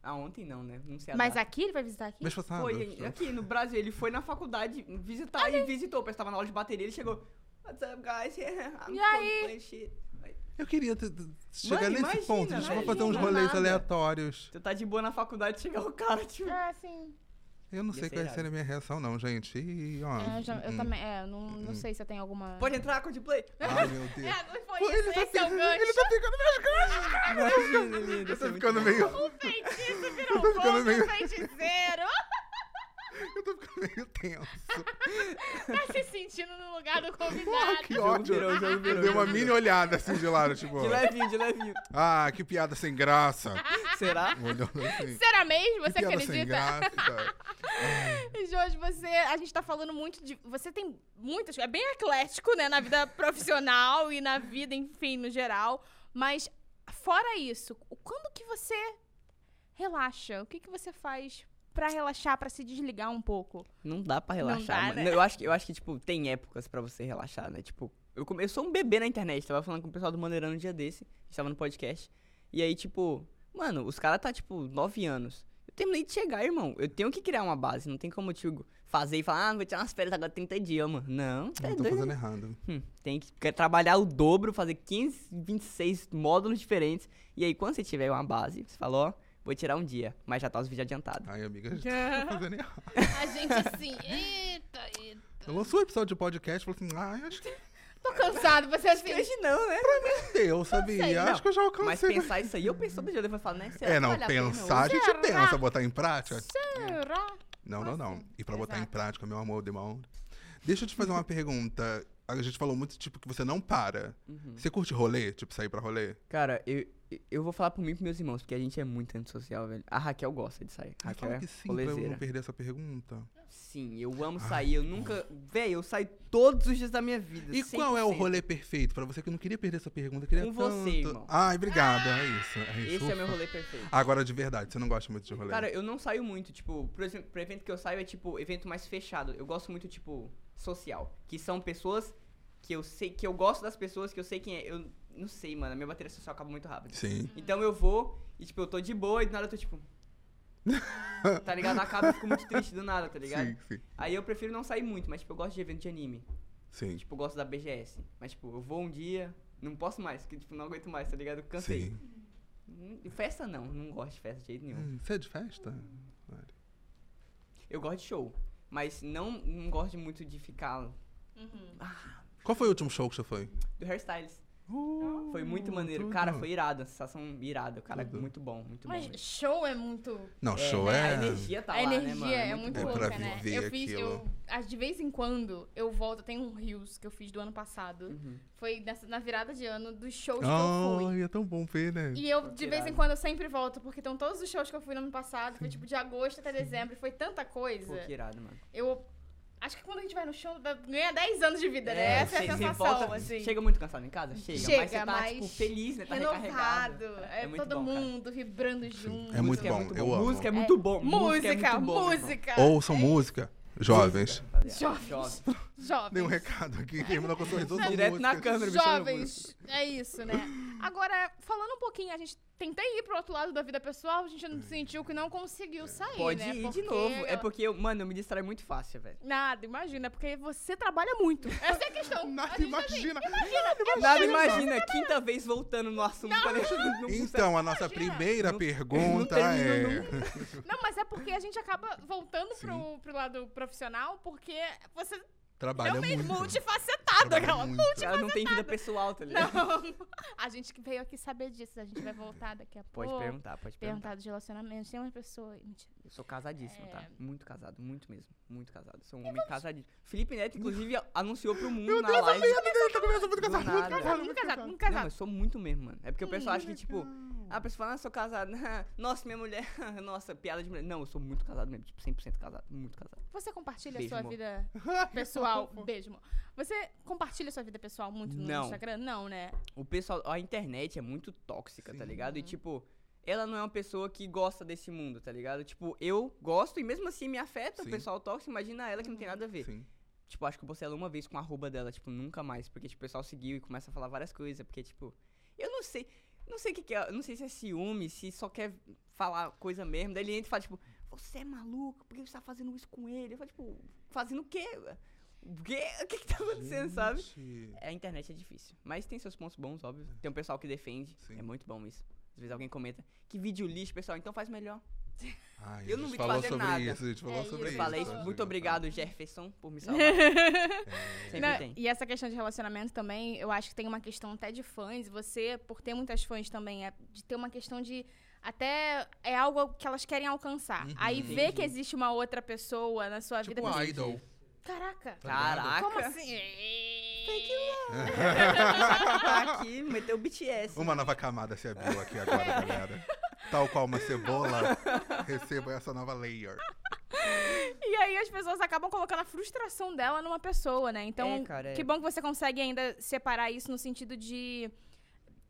[SPEAKER 3] Ah, ontem não, né? Não sei a
[SPEAKER 1] Mas
[SPEAKER 3] data.
[SPEAKER 1] aqui ele vai visitar aqui?
[SPEAKER 2] Mês passado.
[SPEAKER 3] Foi aqui no Brasil, ele foi na faculdade visitar e visitou, porque estava na aula de bateria, ele chegou. What's up, guys? I'm
[SPEAKER 1] E aí?
[SPEAKER 3] Coldplay shit."
[SPEAKER 2] Eu queria t- t- chegar nesse
[SPEAKER 3] imagina,
[SPEAKER 2] ponto. Deixa eu
[SPEAKER 3] imagina,
[SPEAKER 2] fazer uns
[SPEAKER 3] do
[SPEAKER 2] rolês
[SPEAKER 3] nada.
[SPEAKER 2] aleatórios.
[SPEAKER 3] Você tá de boa na faculdade, chega o cara, tipo.
[SPEAKER 1] Ah, sim.
[SPEAKER 2] Eu não
[SPEAKER 3] Ia
[SPEAKER 2] sei
[SPEAKER 3] ser
[SPEAKER 2] qual vai
[SPEAKER 3] irado.
[SPEAKER 2] ser a minha reação, não, gente. E, ó,
[SPEAKER 1] É, eu já- eu
[SPEAKER 2] hum.
[SPEAKER 1] também, é, eu não, não sei se eu tenho alguma...
[SPEAKER 3] Pode entrar, Coldplay?
[SPEAKER 2] Ai, meu
[SPEAKER 1] É,
[SPEAKER 2] Deus.
[SPEAKER 1] não foi
[SPEAKER 2] Pô,
[SPEAKER 1] isso,
[SPEAKER 2] ele, tá
[SPEAKER 1] esse é o
[SPEAKER 2] ficando-
[SPEAKER 1] gancho.
[SPEAKER 2] ele tá ficando meus ganchos.
[SPEAKER 3] Imagina, lindo.
[SPEAKER 2] Eu
[SPEAKER 3] isso é
[SPEAKER 2] tô
[SPEAKER 3] muito
[SPEAKER 2] ficando
[SPEAKER 3] bom.
[SPEAKER 2] meio.
[SPEAKER 1] Um feitiço virou
[SPEAKER 2] Eu tô ficando
[SPEAKER 1] outro
[SPEAKER 2] meio-
[SPEAKER 1] feiticeiro.
[SPEAKER 2] Eu tô ficando meio tenso.
[SPEAKER 1] Tá se sentindo no lugar do
[SPEAKER 2] Ah,
[SPEAKER 1] convidado.
[SPEAKER 2] que
[SPEAKER 3] O jogo
[SPEAKER 2] ódio.
[SPEAKER 3] virou, o jogo virou,
[SPEAKER 2] Eu dei uma
[SPEAKER 3] o jogo
[SPEAKER 2] mini olhada assim de lado, tipo.
[SPEAKER 3] De levinho, de levinho.
[SPEAKER 2] Ah, que piada sem graça.
[SPEAKER 3] Será?
[SPEAKER 2] Olhando assim.
[SPEAKER 1] Será mesmo?
[SPEAKER 2] Que
[SPEAKER 1] Você
[SPEAKER 2] piada sem
[SPEAKER 1] acredita?
[SPEAKER 2] graça.
[SPEAKER 1] Jorge, você, a gente tá falando muito de. Você tem muitas. É bem eclético, né? Na vida profissional e na vida, enfim, no geral. Mas, fora isso, o- quando que você relaxa? O que, que você faz pra relaxar, pra se desligar um pouco?
[SPEAKER 3] Não dá pra
[SPEAKER 1] Não
[SPEAKER 3] relaxar.
[SPEAKER 1] dá,
[SPEAKER 3] mano.
[SPEAKER 1] né?
[SPEAKER 3] Eu, acho que, eu acho que, tipo, tem épocas pra você relaxar, né? Tipo, eu, come- eu sou um bebê na internet. Tava falando com o pessoal do Maneirão um dia desse. A gente tava no podcast. E aí, tipo, mano, os caras tá, tipo, 9 anos. Eu terminei de chegar, irmão. Eu tenho que criar uma base. Não tem como, tipo, fazer e falar, ah, vou tirar umas férias agora 30 dias, mano. Não, tá
[SPEAKER 2] Eu tô
[SPEAKER 3] doido.
[SPEAKER 2] fazendo errado.
[SPEAKER 3] Hum, tem que ca- trabalhar o dobro, fazer 15, 26 módulos diferentes. E aí, quando você tiver uma base, você fala, ó, vou tirar um dia. Mas já tá os vídeos adiantados.
[SPEAKER 2] Ai, amiga, a gente tá fazendo errado.
[SPEAKER 1] A gente assim, eita, eita.
[SPEAKER 2] Eu lançou um episódio de podcast e falou assim: ai, acho que
[SPEAKER 1] Tô cansado, você assim.
[SPEAKER 2] é
[SPEAKER 3] Hoje não, né?
[SPEAKER 2] deu, sabia?
[SPEAKER 3] não.
[SPEAKER 2] Acho que eu já
[SPEAKER 3] Mas
[SPEAKER 2] alcancei.
[SPEAKER 3] pensar isso aí, eu penso todo dia, eu vou falar, né? será
[SPEAKER 2] É,
[SPEAKER 3] que
[SPEAKER 2] não,
[SPEAKER 3] vale a pena
[SPEAKER 2] pensar a
[SPEAKER 3] hoje?
[SPEAKER 2] gente
[SPEAKER 1] Será?
[SPEAKER 2] pensa, botar em prática.
[SPEAKER 1] Será?
[SPEAKER 2] Não, não, não. E pra botar em
[SPEAKER 1] Exato.
[SPEAKER 2] prática, meu amor, demão. Deixa eu te fazer uma pergunta. A gente falou muito, tipo, que você não para.
[SPEAKER 3] Uhum.
[SPEAKER 2] Você curte rolê? Tipo, sair pra rolê?
[SPEAKER 3] Cara, eu, eu vou falar por mim e pros meus irmãos, porque a gente é muito antissocial, velho. A Raquel gosta de sair.
[SPEAKER 2] Ai,
[SPEAKER 3] Raquel
[SPEAKER 2] fala
[SPEAKER 3] é
[SPEAKER 2] que sim, pra eu Ah, não
[SPEAKER 3] rolezeira.
[SPEAKER 2] perder essa pergunta.
[SPEAKER 3] Sim, eu amo sair, eu nunca... Véi, eu saio todos os dias da minha vida,
[SPEAKER 2] E qual é o
[SPEAKER 3] 100%.
[SPEAKER 2] rolê perfeito pra você que eu não queria perder essa pergunta? Queria
[SPEAKER 3] Com
[SPEAKER 2] tanto.
[SPEAKER 3] você, irmão.
[SPEAKER 2] Ai, obrigada. É isso. É isso.
[SPEAKER 3] Esse é meu
[SPEAKER 2] Ufa.
[SPEAKER 3] rolê perfeito.
[SPEAKER 2] Agora, de verdade, você não gosta muito de rolê.
[SPEAKER 3] Cara, eu não saio muito, tipo, por exemplo, pro evento que eu saio é tipo evento mais fechado. Eu gosto muito, tipo, social. Que são pessoas que eu sei, que eu gosto das pessoas, que eu sei quem é. Eu não sei, mano. A minha bateria social acaba muito rápido.
[SPEAKER 2] Sim.
[SPEAKER 3] Então eu vou e, tipo, eu tô de boa e do nada eu tô tipo. tá ligado? Acaba e fico muito triste do nada, tá ligado?
[SPEAKER 2] Sim, sim.
[SPEAKER 3] Aí eu prefiro não sair muito, mas, tipo, eu gosto de evento de anime.
[SPEAKER 2] Sim.
[SPEAKER 3] Tipo, eu gosto da BGS. Mas, tipo, eu vou um dia, não posso mais, porque, tipo, não aguento mais, tá ligado? Cansei.
[SPEAKER 2] sim.
[SPEAKER 3] Hum, Festa não, não gosto de festa de jeito nenhum.
[SPEAKER 2] Hum, Você é de festa? Olha.
[SPEAKER 3] Eu gosto de show, mas não, não gosto muito de ficar
[SPEAKER 2] Qual foi o último show que você foi?
[SPEAKER 3] do hairstyles.
[SPEAKER 2] Uh,
[SPEAKER 3] Foi muito maneiro.
[SPEAKER 2] tudo.
[SPEAKER 3] Cara, foi irado, a sensação irada. Cara, é
[SPEAKER 2] Tudo.
[SPEAKER 3] muito bom, muito bom.
[SPEAKER 1] Mas show é muito.
[SPEAKER 2] Não, show
[SPEAKER 3] né,
[SPEAKER 2] é.
[SPEAKER 3] A energia tá
[SPEAKER 1] a
[SPEAKER 3] lá,
[SPEAKER 1] energia
[SPEAKER 3] né, mano?
[SPEAKER 1] é muito
[SPEAKER 2] É
[SPEAKER 3] bom.
[SPEAKER 2] pra
[SPEAKER 1] louca, né?
[SPEAKER 2] viver
[SPEAKER 1] eu fiz,
[SPEAKER 2] aquilo.
[SPEAKER 1] eu, ah, de vez em quando eu volto, tem um Rios que eu fiz do ano passado.
[SPEAKER 3] Uhum.
[SPEAKER 1] Foi nessa- na virada de ano dos shows que eu fui.
[SPEAKER 2] Ai, é tão bom ver, né?
[SPEAKER 1] E eu,
[SPEAKER 3] Pô,
[SPEAKER 1] de vez em
[SPEAKER 3] irado.
[SPEAKER 1] quando, eu sempre volto, porque estão todos os shows que eu fui no ano passado, foi tipo de agosto até dezembro, e foi tanta
[SPEAKER 3] Pô,
[SPEAKER 1] coisa.
[SPEAKER 3] que irado, mano.
[SPEAKER 1] Eu. Acho que quando a gente vai no show, vai- ganha 10 anos de vida, né? Essa é
[SPEAKER 3] você-
[SPEAKER 1] a
[SPEAKER 3] você
[SPEAKER 1] sensação,
[SPEAKER 3] volta-
[SPEAKER 1] assim.
[SPEAKER 3] Chega muito cansado em casa? Chega. mas você
[SPEAKER 1] Chega,
[SPEAKER 3] tá,
[SPEAKER 1] mas
[SPEAKER 3] tipo, feliz, né? Tá
[SPEAKER 1] renovado.
[SPEAKER 3] recarregado.
[SPEAKER 1] É,
[SPEAKER 3] muito
[SPEAKER 1] todo
[SPEAKER 3] bom, cara.
[SPEAKER 1] mundo vibrando junto.
[SPEAKER 2] É muito
[SPEAKER 3] Música
[SPEAKER 2] bom, eu amo.
[SPEAKER 3] Música é muito bom. Música, é
[SPEAKER 1] Música,
[SPEAKER 3] muito bom, meu
[SPEAKER 1] música.
[SPEAKER 2] Ouçam música, jovens.
[SPEAKER 3] irmão.
[SPEAKER 1] Jovens.
[SPEAKER 3] Jovens.
[SPEAKER 1] Jovens.
[SPEAKER 2] Dei um recado aqui, terminou com o sorriso. ouçam
[SPEAKER 3] Direto na
[SPEAKER 2] música.
[SPEAKER 3] câmera, bicho, olha a música.
[SPEAKER 1] Jovens, é isso, né? Agora, falando um pouquinho, a gente tentei ir pro outro lado da vida pessoal, a gente não sentiu que não conseguiu sair,
[SPEAKER 3] Pode
[SPEAKER 1] né?
[SPEAKER 3] ir
[SPEAKER 1] Porque
[SPEAKER 3] de novo. É porque, eu, mano, eu me distraio muito fácil, velho.
[SPEAKER 1] Nada, imagina, porque você trabalha muito. Essa é a questão.
[SPEAKER 2] Nada,
[SPEAKER 1] A gente tá assim,
[SPEAKER 2] imagina.
[SPEAKER 3] Nada, imagina, quinta vez voltando no assunto. Tá deixando, não
[SPEAKER 2] Então, a nossa primeira
[SPEAKER 3] Não-
[SPEAKER 2] pergunta
[SPEAKER 3] não
[SPEAKER 2] é...
[SPEAKER 3] terminou
[SPEAKER 1] Não, mas é porque a gente acaba voltando
[SPEAKER 2] Sim.
[SPEAKER 1] pro, pro lado profissional, porque você
[SPEAKER 2] Trabalha
[SPEAKER 1] realmente
[SPEAKER 2] muito.
[SPEAKER 1] multifacetada,
[SPEAKER 2] Trabalha
[SPEAKER 1] aquela.
[SPEAKER 2] muito.
[SPEAKER 3] Ela não tem vida pessoal, tá ligado?
[SPEAKER 1] Não. A gente que veio aqui saber disso, a gente vai voltar daqui a
[SPEAKER 3] Pode
[SPEAKER 1] pouco.
[SPEAKER 3] perguntar, pode perguntar.
[SPEAKER 1] Perguntar dos relacionamentos. Tem uma pessoa. Mentira.
[SPEAKER 3] Eu sou casadíssimo, tá?
[SPEAKER 1] É.
[SPEAKER 3] Muito casado, muito mesmo. Muito casado. Sou um homem casadíssimo. Felipe Neto, inclusive, a- anunciou pro mundo na live.
[SPEAKER 2] muito casado, muito casado,
[SPEAKER 3] Do nada.
[SPEAKER 1] Nunca casado,
[SPEAKER 2] muito casado.
[SPEAKER 1] nunca
[SPEAKER 3] Não,
[SPEAKER 1] casado.
[SPEAKER 3] eu sou muito mesmo, mano. É porque o pessoal acha que, tipo, a pessoa fala, ah, sou casado. Nossa, minha mulher. Nossa, piada de mulher. Não, eu sou muito casado mesmo. Tipo, 100% casado. Muito casado.
[SPEAKER 1] Você compartilha
[SPEAKER 3] Beijo,
[SPEAKER 1] sua
[SPEAKER 3] amor.
[SPEAKER 1] vida pessoal. Beijo, amor. Você compartilha sua vida pessoal muito no
[SPEAKER 3] Não.
[SPEAKER 1] Instagram? Não, né?
[SPEAKER 3] O pessoal. A internet é muito tóxica, tá
[SPEAKER 2] Sim.
[SPEAKER 3] ligado? E, tipo, ela não é uma pessoa que gosta desse mundo, tá ligado? Tipo, eu gosto e mesmo assim me afeta o
[SPEAKER 2] Sim.
[SPEAKER 3] pessoal tóxico. Imagina ela que não tem nada a ver.
[SPEAKER 2] Sim.
[SPEAKER 3] Tipo, acho que eu postei ela uma vez com a arroba dela, tipo, nunca mais. Porque, tipo, o pessoal seguiu e começa a falar várias coisas. Porque, tipo, eu não sei. Não sei o que, que é. eu Não sei se é ciúme, se só quer falar coisa mesmo. Daí ele entra e fala, tipo, você é maluco? Por que você tá fazendo isso com ele? Eu falo, tipo, fazendo o quê? O quê? O que que tá acontecendo, sabe?
[SPEAKER 2] Gente.
[SPEAKER 3] É, A internet é difícil. Mas tem seus pontos bons, óbvio. Tem um pessoal que defende.
[SPEAKER 2] Sim.
[SPEAKER 3] É muito bom isso. Às vezes alguém comenta, que vídeo lixo, pessoal, então faz melhor.
[SPEAKER 2] Ai,
[SPEAKER 3] Eu
[SPEAKER 2] a
[SPEAKER 3] não
[SPEAKER 2] gente
[SPEAKER 3] vi
[SPEAKER 2] falou
[SPEAKER 3] fazer
[SPEAKER 2] sobre
[SPEAKER 3] nada.
[SPEAKER 2] isso, a gente falou
[SPEAKER 1] É
[SPEAKER 2] sobre
[SPEAKER 3] Eu
[SPEAKER 1] isso.
[SPEAKER 2] isso.
[SPEAKER 3] falei,
[SPEAKER 1] tá
[SPEAKER 2] acho
[SPEAKER 3] muito
[SPEAKER 2] que-
[SPEAKER 3] obrigado, Jefferson, por me salvar. Sempre
[SPEAKER 1] Não,
[SPEAKER 3] tem.
[SPEAKER 1] E essa questão de relacionamento também, eu acho que tem uma questão até de fãs. Você, por ter muitas fãs também, é de ter uma questão de. Até é algo que elas querem alcançar.
[SPEAKER 2] Uhum.
[SPEAKER 1] Aí vê
[SPEAKER 3] Entendi.
[SPEAKER 1] que existe uma outra pessoa na sua vida.
[SPEAKER 2] Tipo
[SPEAKER 1] pensa, assim,
[SPEAKER 2] um idol.
[SPEAKER 1] Caraca!
[SPEAKER 3] Caraca.
[SPEAKER 1] Tá Como assim?
[SPEAKER 3] tá aqui, meteu o BTS.
[SPEAKER 2] Uma nova camada se abriu aqui agora, galera. Tal qual uma cebola, receba essa nova layer.
[SPEAKER 1] E aí as pessoas acabam colocando a frustração dela numa pessoa, né? Então,
[SPEAKER 3] É, cara, é.
[SPEAKER 1] que bom que você consegue ainda separar isso no sentido de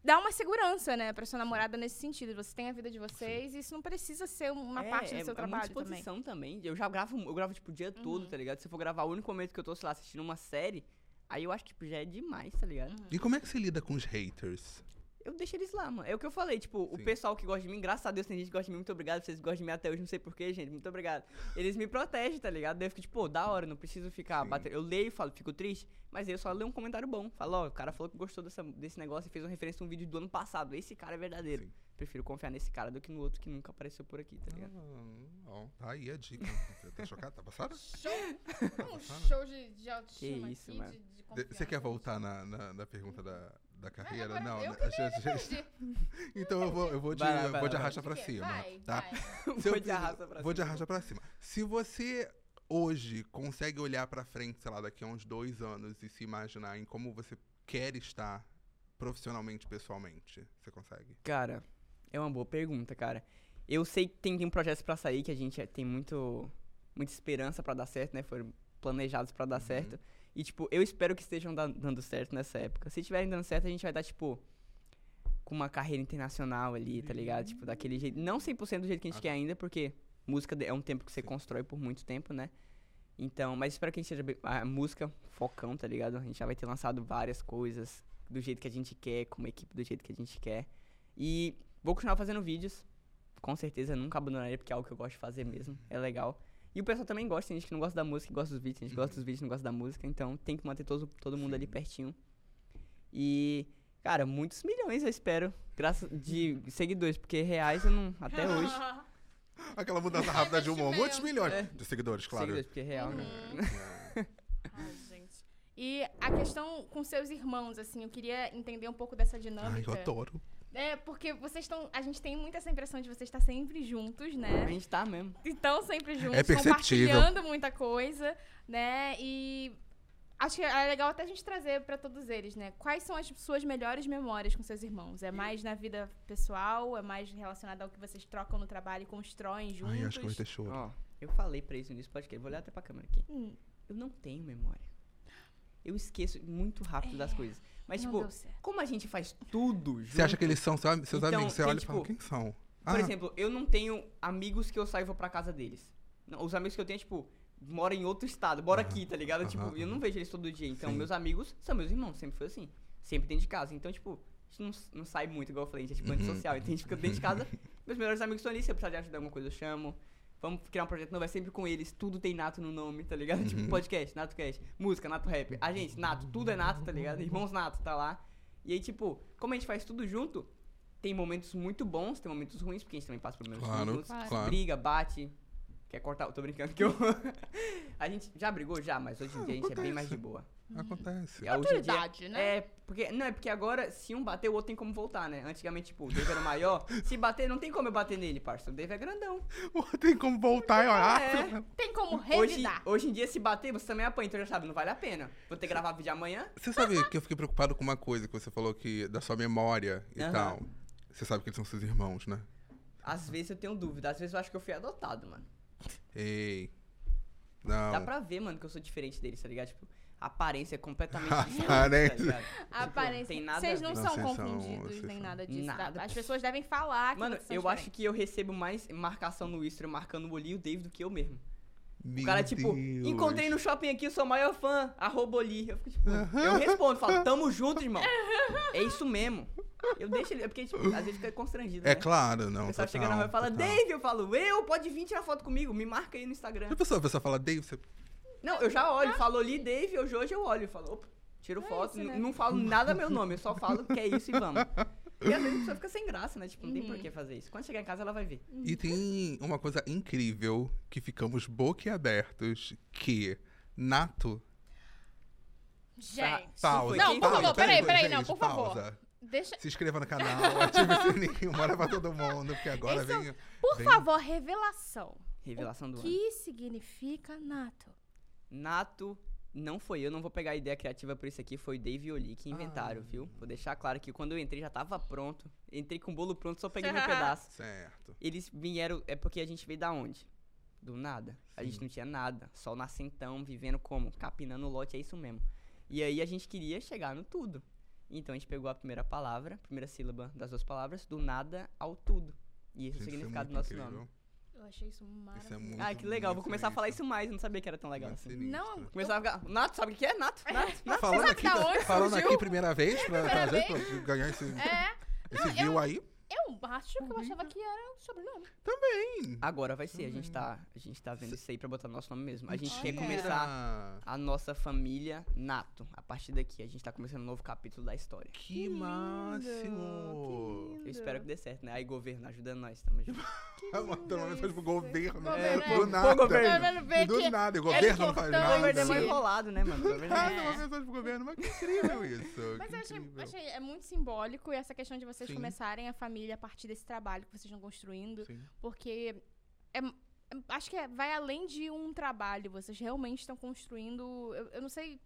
[SPEAKER 1] dar uma segurança, né, pra sua namorada nesse sentido. Você tem a vida de vocês e isso não precisa ser uma
[SPEAKER 3] É,
[SPEAKER 1] parte do
[SPEAKER 3] é-
[SPEAKER 1] seu
[SPEAKER 3] é
[SPEAKER 1] trabalho
[SPEAKER 3] muita
[SPEAKER 1] também. Uhum.
[SPEAKER 3] exposição também. Eu já gravo, eu gravo tipo o dia todo, tá ligado? Se eu for gravar o único momento que eu tô, sei lá, assistindo uma série, aí eu acho que tipo, já é demais, tá ligado?
[SPEAKER 2] E como é que você lida com os haters?
[SPEAKER 3] Eu deixo eles lá, mano. É o que eu falei, tipo, o
[SPEAKER 2] Sim.
[SPEAKER 3] pessoal que gosta de mim, graças a Deus tem gente que gosta de mim, muito obrigado. Vocês que gostam de mim até hoje, não sei porquê, gente, muito obrigado. Eles me protegem, tá ligado? Daí eu fico tipo, pô, da hora, não preciso ficar
[SPEAKER 2] Sim.
[SPEAKER 3] batendo. Eu leio, falo, fico triste, mas eu só leio um comentário bom. Falo, ó, o cara falou que gostou dessa- desse negócio e fez uma referência a um vídeo do ano passado. Esse cara é verdadeiro.
[SPEAKER 2] Sim.
[SPEAKER 3] Prefiro confiar nesse cara do que no outro que nunca apareceu por aqui, tá ligado?
[SPEAKER 2] Ah, ó, tá aí a dica. Você tá chocada? Tá passada?
[SPEAKER 1] Show, um show de, de autoestima
[SPEAKER 3] Que isso,
[SPEAKER 1] aqui,
[SPEAKER 3] mano.
[SPEAKER 1] de, de
[SPEAKER 2] De- Você
[SPEAKER 1] confiança.
[SPEAKER 2] quer voltar na, na, na pergunta da, da carreira?
[SPEAKER 1] agora
[SPEAKER 2] Não,
[SPEAKER 1] eu
[SPEAKER 2] né?
[SPEAKER 1] que
[SPEAKER 2] Gente, gente,
[SPEAKER 1] Entendi.
[SPEAKER 2] então eu vou, eu vou de,
[SPEAKER 3] Vai lá, vai
[SPEAKER 2] vou
[SPEAKER 3] lá,
[SPEAKER 2] de
[SPEAKER 3] vai.
[SPEAKER 2] arrasta pra
[SPEAKER 1] Vai,
[SPEAKER 2] cima.
[SPEAKER 1] vai.
[SPEAKER 2] tá? Se eu
[SPEAKER 3] Vou de
[SPEAKER 2] fizer-
[SPEAKER 3] arrasta pra
[SPEAKER 2] Vou de
[SPEAKER 3] cima.
[SPEAKER 2] arrasta pra cima. Se você hoje consegue olhar pra frente, sei lá, daqui a uns dois anos e se imaginar em como você quer estar profissionalmente, pessoalmente, você consegue?
[SPEAKER 3] Cara, é uma boa pergunta, cara. Eu sei que tem, tem projetos pra sair que a gente é, tem muito muita esperança pra dar certo, né? Foram planejados pra
[SPEAKER 2] Uhum.
[SPEAKER 3] dar certo. E tipo, eu espero que estejam dan- dando certo nessa época. Se estiverem dando certo, a gente vai estar tipo com uma carreira internacional ali, tá ligado? Tipo, daquele jeito, não 100% do jeito que a gente
[SPEAKER 2] Uhum. Ah,
[SPEAKER 3] quer ainda, porque música de- é um tempo que você
[SPEAKER 2] Sim.
[SPEAKER 3] constrói por muito tempo, né? Então, mas espero que a gente seja bem- a música focão, tá ligado? A gente já vai ter lançado várias coisas do jeito que a gente quer, com uma equipe do jeito que a gente quer. E vou continuar fazendo vídeos. Com certeza nunca abandonaria, porque é algo que eu gosto de fazer mesmo. É legal. E o pessoal também gosta, tem gente que não gosta da música, que gosta dos vídeos, tem gente que gosta
[SPEAKER 2] Uhum.
[SPEAKER 3] dos vídeos, não gosta da música, então tem que manter todo, todo mundo ali pertinho. E, cara, muitos milhões eu espero, graças de
[SPEAKER 2] Uhum.
[SPEAKER 3] seguidores, porque reais eu não
[SPEAKER 2] É
[SPEAKER 3] até hoje.
[SPEAKER 2] Aquela mudança rápida de humor. Muitos
[SPEAKER 1] É Investimento.
[SPEAKER 2] milhões de seguidores, claro.
[SPEAKER 3] É.
[SPEAKER 2] Uhum.
[SPEAKER 3] Seguidores, porque real, né?
[SPEAKER 1] Ai, gente. E a questão com seus irmãos, assim, eu queria entender um pouco dessa
[SPEAKER 2] Ai,
[SPEAKER 1] dinâmica.
[SPEAKER 2] eu adoro.
[SPEAKER 1] É, porque vocês estão. A gente tem muito essa impressão de vocês estar sempre juntos,
[SPEAKER 3] A
[SPEAKER 1] né?
[SPEAKER 3] gente tá mesmo.
[SPEAKER 1] Então, sempre juntos,
[SPEAKER 2] É perceptível.
[SPEAKER 1] compartilhando muita coisa, né? E acho que é legal até a gente trazer pra todos eles, né? Quais são as suas melhores memórias com seus irmãos? É mais na vida pessoal? É mais relacionada ao que vocês trocam no trabalho e constroem juntos?
[SPEAKER 3] Ah.
[SPEAKER 2] Ai, acho que vai ter choro.
[SPEAKER 3] Ó, eu falei pra isso nisso, pode que vou olhar até pra câmera aqui.
[SPEAKER 1] Hum.
[SPEAKER 3] eu não tenho memória. Eu esqueço muito rápido
[SPEAKER 2] É.
[SPEAKER 3] das coisas. Mas,
[SPEAKER 1] Não
[SPEAKER 3] tipo,
[SPEAKER 1] deu certo.
[SPEAKER 3] como a gente faz tudo junto.
[SPEAKER 2] Você acha que eles são seu am- seus
[SPEAKER 3] Então,
[SPEAKER 2] amigos? Você
[SPEAKER 3] tem,
[SPEAKER 2] olha e fala,
[SPEAKER 3] tipo,
[SPEAKER 2] quem são? Ah,
[SPEAKER 3] Por exemplo, eu não tenho amigos que eu saio e vou pra casa deles. Não, os amigos que eu tenho, tipo, moram em outro estado, moram aqui, tá ligado?
[SPEAKER 2] aham,
[SPEAKER 3] tipo, eu não vejo eles todo dia. Então,
[SPEAKER 2] Sim.
[SPEAKER 3] meus amigos são meus irmãos, sempre foi assim. Sempre dentro de casa. Então, tipo, a gente não, s- não sai muito, igual eu falei, a
[SPEAKER 2] Uhum.
[SPEAKER 3] gente é tipo antissocial. Então, a gente fica dentro de casa, meus melhores amigos estão ali, se eu precisar de ajudar em alguma coisa, eu chamo. Vamos criar um projeto novo, é sempre com eles, tudo tem Nato no nome, tá ligado? Tipo, podcast, NatoCast, música, Nato Rap, a gente, Nato, tudo é Nato, tá ligado? Irmãos Nato, tá lá. E aí, tipo, como a gente faz tudo junto, tem momentos muito bons, tem momentos ruins, porque a gente também passa por momentos
[SPEAKER 2] Claro,
[SPEAKER 3] juntos.
[SPEAKER 1] Claro.
[SPEAKER 2] claro.
[SPEAKER 3] Briga, bate, quer cortar, tô brincando que eu... a gente já brigou já, mas hoje em dia a gente é bem mais de boa.
[SPEAKER 2] Acontece.
[SPEAKER 3] E a- hoje em dia-
[SPEAKER 1] Maturidade, né?
[SPEAKER 3] É, porque, não, é porque agora, se um bater, o outro tem como voltar, né? Antigamente, tipo, o Dave era maior, se bater, não tem como eu bater nele, parça, o Dave é grandão.
[SPEAKER 2] Tem como voltar e olhar.
[SPEAKER 3] É.
[SPEAKER 1] Tem como
[SPEAKER 3] Hoje,
[SPEAKER 1] revidar.
[SPEAKER 3] hoje em dia, tipo, se bater, você também apanha, então já sabe, não vale a pena. Vou ter que gravar vídeo amanhã,
[SPEAKER 2] Você sabe que eu fiquei preocupado com uma coisa que você falou que da sua memória e
[SPEAKER 3] Aham.
[SPEAKER 2] tal. Você sabe que eles são seus irmãos, né?
[SPEAKER 3] às vezes eu tenho dúvida, às vezes eu acho que eu fui adotado, mano.
[SPEAKER 2] Ei. Não.
[SPEAKER 3] Dá pra ver, mano, que eu sou diferente deles, tá ligado? Tipo, a aparência é completamente
[SPEAKER 2] A
[SPEAKER 3] diferente,
[SPEAKER 2] aparência.
[SPEAKER 3] ligado? Tipo,
[SPEAKER 1] A aparência.
[SPEAKER 3] tem nada a
[SPEAKER 1] Vocês
[SPEAKER 3] ver.
[SPEAKER 1] não
[SPEAKER 2] Não,
[SPEAKER 1] são
[SPEAKER 2] vocês são-
[SPEAKER 1] confundidos,
[SPEAKER 2] vocês
[SPEAKER 1] nem
[SPEAKER 2] são-
[SPEAKER 1] nada disso.
[SPEAKER 3] Nada.
[SPEAKER 1] tá? As pessoas devem falar que
[SPEAKER 3] Mano,
[SPEAKER 1] vocês são
[SPEAKER 3] eu acho
[SPEAKER 1] diferentes.
[SPEAKER 3] que eu recebo mais marcação no Instagram marcando o Oli e o David do que eu mesmo. O cara, tipo, encontrei no shopping aqui, sou o maior fã, arroba Oli. Eu fico, tipo, eu respondo, falo, tamo junto, irmão. É isso mesmo. Eu deixo ele, é porque, tipo, às vezes fica constrangido,
[SPEAKER 2] É
[SPEAKER 3] né?
[SPEAKER 2] claro, não.
[SPEAKER 3] O pessoal chega na
[SPEAKER 2] total,
[SPEAKER 3] rua e fala,
[SPEAKER 2] total.
[SPEAKER 3] Dave, eu falo, eu, pode vir tirar foto comigo, me marca aí no Instagram.
[SPEAKER 2] Já pensou, a pessoa fala, Dave, você...
[SPEAKER 3] Não, eu já olho, falo ali, Dave, hoje, hoje eu olho, falo, opa, tiro
[SPEAKER 1] É
[SPEAKER 3] foto,
[SPEAKER 1] isso,
[SPEAKER 3] n-
[SPEAKER 1] né?
[SPEAKER 3] não falo nada meu nome, eu só falo que é isso e vamos. E às vezes a pessoa fica sem graça, né? Tipo, não
[SPEAKER 1] Uhum.
[SPEAKER 3] tem por que fazer isso. Quando chegar em casa, ela vai ver.
[SPEAKER 2] E tem uma coisa incrível que ficamos boquiabertos que Nato...
[SPEAKER 1] Gente.
[SPEAKER 3] Pa-
[SPEAKER 2] Pausa.
[SPEAKER 3] Não, por
[SPEAKER 2] pausa,
[SPEAKER 3] favor,
[SPEAKER 1] peraí,
[SPEAKER 2] pausa,
[SPEAKER 1] peraí, não,
[SPEAKER 2] gente,
[SPEAKER 1] por favor.
[SPEAKER 2] pausa.
[SPEAKER 1] Deixa...
[SPEAKER 2] Se inscreva no canal, ative o sininho, mora pra todo mundo, porque agora
[SPEAKER 1] Esse é o-
[SPEAKER 2] vem...
[SPEAKER 1] Por
[SPEAKER 2] vem-
[SPEAKER 1] favor, revelação.
[SPEAKER 3] Revelação do
[SPEAKER 1] o
[SPEAKER 3] ano.
[SPEAKER 1] que significa nato?
[SPEAKER 3] Nato não foi eu, não vou pegar a ideia criativa por isso aqui, foi o Dave e Oli que
[SPEAKER 1] Ah.
[SPEAKER 3] inventaram, viu? Vou deixar claro que quando eu entrei já tava pronto. Entrei com o bolo pronto, só peguei meu pedaço.
[SPEAKER 2] Certo.
[SPEAKER 3] Eles vieram, é porque a gente veio da onde? Do nada. A gente não tinha nada. Sol nascentão, vivendo como? Capinando o lote, é isso mesmo. E aí a gente queria chegar no tudo. Então a gente pegou a primeira palavra, a primeira sílaba das duas palavras, do nada ao tudo. E esse
[SPEAKER 2] Gente,
[SPEAKER 3] é o
[SPEAKER 2] isso é
[SPEAKER 3] significado do
[SPEAKER 2] muito
[SPEAKER 3] nosso
[SPEAKER 2] incrível.
[SPEAKER 3] nome.
[SPEAKER 1] Eu achei isso
[SPEAKER 2] Isso é
[SPEAKER 1] maravilhoso.
[SPEAKER 2] muito
[SPEAKER 3] Ah, que legal. Vou
[SPEAKER 2] muito
[SPEAKER 3] começar a falar
[SPEAKER 2] sinistro.
[SPEAKER 3] isso mais, eu não sabia que era tão legal
[SPEAKER 2] Muito
[SPEAKER 3] assim.
[SPEAKER 2] sinistro.
[SPEAKER 1] Não,
[SPEAKER 3] Começava a ficar, Nato, sabe o que é? Nato, Nato, Nato.
[SPEAKER 2] Falando
[SPEAKER 1] sabe
[SPEAKER 2] aqui,
[SPEAKER 1] da
[SPEAKER 2] da-
[SPEAKER 1] onde
[SPEAKER 2] falando
[SPEAKER 1] surgiu?
[SPEAKER 2] aqui primeira vez, pra, pra
[SPEAKER 1] Primeira
[SPEAKER 2] gente pra ganhar esse, esse view aí.
[SPEAKER 1] é, eu acho que
[SPEAKER 2] Uhum.
[SPEAKER 1] eu achava que era o sobrenome.
[SPEAKER 3] Agora vai ser, a gente tá, a gente tá vendo isso aí pra botar nosso nome mesmo. A gente
[SPEAKER 2] é.
[SPEAKER 3] quer
[SPEAKER 1] Mentira.
[SPEAKER 3] começar a nossa família Nato. A partir daqui, a gente tá começando um novo capítulo da história.
[SPEAKER 2] Que máximo!
[SPEAKER 3] Eu espero que dê certo, né? Aí, governo, ajuda nós, tamo junto.
[SPEAKER 2] Tá mandando uma mensagem pro governo.
[SPEAKER 1] É,
[SPEAKER 2] do
[SPEAKER 1] pô,
[SPEAKER 2] nada.
[SPEAKER 3] governo.
[SPEAKER 1] Querendo ver
[SPEAKER 2] Do
[SPEAKER 1] que-
[SPEAKER 2] nada, o governo não faz
[SPEAKER 1] importante.
[SPEAKER 3] O governo é
[SPEAKER 1] sim.
[SPEAKER 3] mais
[SPEAKER 2] nada.
[SPEAKER 3] enrolado, né, mano? O governo é-
[SPEAKER 2] Nada, uma mensagem pro governo. Mas que incrível isso.
[SPEAKER 1] Mas
[SPEAKER 2] que
[SPEAKER 1] eu achei,
[SPEAKER 2] incrível.
[SPEAKER 1] achei- é muito simbólico e essa questão de vocês
[SPEAKER 2] Sim.
[SPEAKER 1] começarem a família a partir desse trabalho que vocês estão construindo.
[SPEAKER 2] Sim.
[SPEAKER 1] Porque é- é- acho que é- vai além de um trabalho. Vocês realmente estão construindo. Eu, eu não sei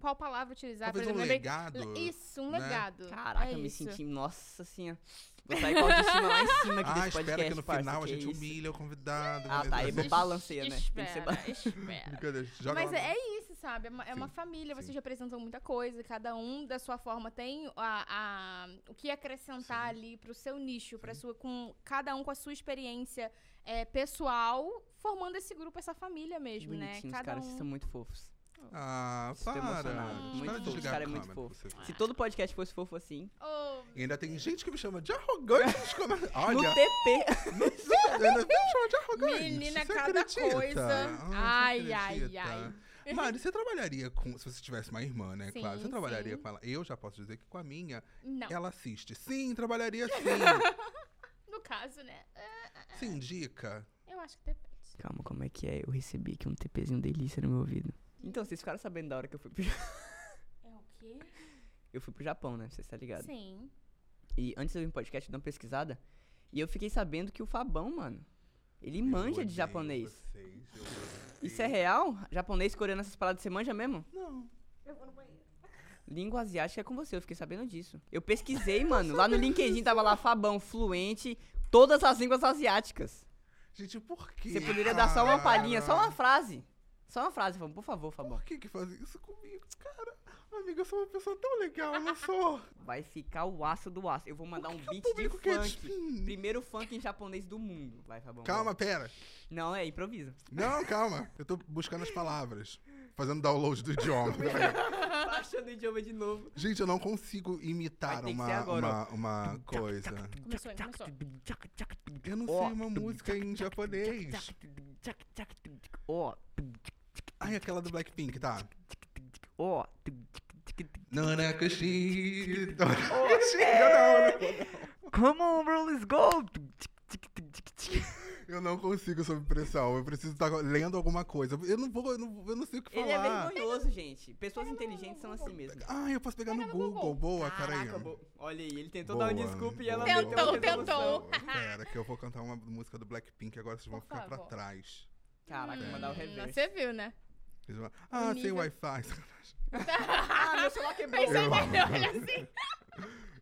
[SPEAKER 1] qual palavra utilizar.
[SPEAKER 2] Talvez
[SPEAKER 1] Tá, por
[SPEAKER 2] um
[SPEAKER 1] exemplo, lembrei-
[SPEAKER 2] legado.
[SPEAKER 1] Isso, um
[SPEAKER 2] né?
[SPEAKER 1] legado.
[SPEAKER 3] Caraca,
[SPEAKER 1] é
[SPEAKER 3] eu me
[SPEAKER 1] isso.
[SPEAKER 3] senti, nossa senhora. Vou sair com né, a autoestima lá em cima aqui
[SPEAKER 2] Ah,
[SPEAKER 3] desse podcast,
[SPEAKER 2] espera que no
[SPEAKER 3] parça,
[SPEAKER 2] final a
[SPEAKER 3] que é
[SPEAKER 2] gente
[SPEAKER 3] isso.
[SPEAKER 2] humilha o convidado.
[SPEAKER 3] Ah, tá, aí
[SPEAKER 2] beleza.
[SPEAKER 3] eu balanceia, né? Tem que ser
[SPEAKER 1] Espera,
[SPEAKER 3] ba-
[SPEAKER 1] espera.
[SPEAKER 2] Brincadeira, joga
[SPEAKER 1] Mas
[SPEAKER 2] lá.
[SPEAKER 1] é é isso, sabe? É uma, é uma
[SPEAKER 2] Sim,
[SPEAKER 1] família, vocês
[SPEAKER 2] sim.
[SPEAKER 1] representam muita coisa, cada um da sua forma tem a, a- o que acrescentar ali pro seu nicho, pra sua, com cada um com a sua experiência é, pessoal, formando esse grupo, essa família mesmo, né?
[SPEAKER 3] Bonitinhos,
[SPEAKER 1] Cada
[SPEAKER 3] cara,
[SPEAKER 1] um.
[SPEAKER 3] vocês são muito fofos.
[SPEAKER 2] Ah,
[SPEAKER 3] Estou
[SPEAKER 2] para.
[SPEAKER 3] emocionado. Muito
[SPEAKER 2] Para
[SPEAKER 3] fofo,
[SPEAKER 2] de
[SPEAKER 3] esse
[SPEAKER 2] ligar a
[SPEAKER 3] cara é muito
[SPEAKER 2] câmera
[SPEAKER 3] fofo.
[SPEAKER 2] pra você.
[SPEAKER 3] Se todo podcast fosse fofo assim.
[SPEAKER 1] Oh,
[SPEAKER 2] E ainda tem gente que me chama de arrogante nos comentários.
[SPEAKER 3] No
[SPEAKER 2] Olha,
[SPEAKER 3] TP.
[SPEAKER 2] ainda me chama de arrogante.
[SPEAKER 1] Menina,
[SPEAKER 2] Você
[SPEAKER 1] cada
[SPEAKER 2] acredita?
[SPEAKER 1] coisa.
[SPEAKER 2] Ah, você
[SPEAKER 1] Ai, ai,
[SPEAKER 2] acredita?
[SPEAKER 1] ai.
[SPEAKER 2] Mari, você trabalharia com. Se você tivesse uma irmã, né?
[SPEAKER 1] Sim,
[SPEAKER 2] claro. Você trabalharia
[SPEAKER 1] sim.
[SPEAKER 2] com ela. Eu já posso dizer que com a minha,
[SPEAKER 1] não.
[SPEAKER 2] ela assiste. Sim, trabalharia sim.
[SPEAKER 1] No caso, né?
[SPEAKER 2] Se indica.
[SPEAKER 1] Eu acho que depende.
[SPEAKER 3] Calma, como é que é? Eu recebi aqui um TPzinho delícia no meu ouvido. Então, vocês ficaram sabendo da hora que eu fui pro Japão.
[SPEAKER 1] É o quê?
[SPEAKER 3] Eu fui pro Japão, né? Vocês tá ligado?
[SPEAKER 1] Sim.
[SPEAKER 3] E antes de eu vir no podcast, eu dei uma pesquisada. E eu fiquei sabendo que o Fabão, mano, ele manja
[SPEAKER 2] Eu
[SPEAKER 3] de
[SPEAKER 2] odeio
[SPEAKER 3] japonês.
[SPEAKER 2] vocês, eu odeio.
[SPEAKER 3] Isso é real? Japonês, coreano, essas paradas, você manja mesmo?
[SPEAKER 2] Não.
[SPEAKER 3] Língua asiática é com você, eu fiquei sabendo disso. Eu pesquisei, mano, lá no LinkedIn tava lá Fabão, fluente, todas as línguas asiáticas.
[SPEAKER 2] Gente, por quê?
[SPEAKER 3] Você poderia dar só uma palhinha, só uma
[SPEAKER 2] cara?
[SPEAKER 3] frase. Só uma frase, Fabão, por favor, Fabão.
[SPEAKER 2] Por que que fazem isso comigo, cara? Amiga, eu sou uma pessoa tão legal, eu não sou.
[SPEAKER 3] Vai ficar o aço do aço. Eu vou mandar um
[SPEAKER 2] que o
[SPEAKER 3] beat de
[SPEAKER 2] público quer de
[SPEAKER 3] funk.
[SPEAKER 2] mim?
[SPEAKER 3] Primeiro funk em japonês do mundo. Vai, Fabão.
[SPEAKER 2] Calma, pera.
[SPEAKER 3] vai. Não, é, improvisa.
[SPEAKER 2] Não, calma. Eu tô buscando as palavras. Fazendo download do idioma.
[SPEAKER 3] Baixando Tá o idioma de novo.
[SPEAKER 2] Gente, eu não consigo imitar
[SPEAKER 3] Vai ter que
[SPEAKER 2] uma,
[SPEAKER 3] ser agora,
[SPEAKER 2] uma, uma coisa.
[SPEAKER 1] Começou, hein? Começou.
[SPEAKER 2] Eu não sei uma música em japonês.
[SPEAKER 3] Ó,
[SPEAKER 2] Ai, aquela do Blackpink, tá? é
[SPEAKER 3] ó.
[SPEAKER 2] Nanakushi.
[SPEAKER 3] Come on, bro, let's go.
[SPEAKER 2] Eu não consigo sob pressão. Eu preciso estar lendo alguma coisa. Eu não vou, eu não, eu não sei o que
[SPEAKER 3] Ele é
[SPEAKER 2] falar.
[SPEAKER 3] vergonhoso, gente. Pessoas inteligentes são assim mesmo.
[SPEAKER 2] ah, eu posso pegar no
[SPEAKER 1] Pega no
[SPEAKER 2] Google.
[SPEAKER 1] Google.
[SPEAKER 2] Boa,
[SPEAKER 3] Caraca,
[SPEAKER 2] cara aí.
[SPEAKER 3] bo- olha aí, ele tentou dar uma
[SPEAKER 2] Boa,
[SPEAKER 3] desculpa e ela
[SPEAKER 2] boa.
[SPEAKER 3] meteu uma
[SPEAKER 1] Tentou, tentou.
[SPEAKER 3] resolução.
[SPEAKER 2] Pera, que eu vou cantar uma música do Blackpink, agora vocês vão
[SPEAKER 1] Por
[SPEAKER 2] ficar pra
[SPEAKER 1] favor.
[SPEAKER 2] trás.
[SPEAKER 3] Caraca, vou mandar o reverse.
[SPEAKER 1] Hum, Você viu, né?
[SPEAKER 2] Vocês vão- Ah, sem
[SPEAKER 1] Nível.
[SPEAKER 2] Wi-Fi.
[SPEAKER 3] Ah, meu celular quebrou.
[SPEAKER 1] Pensei melhor, olha assim.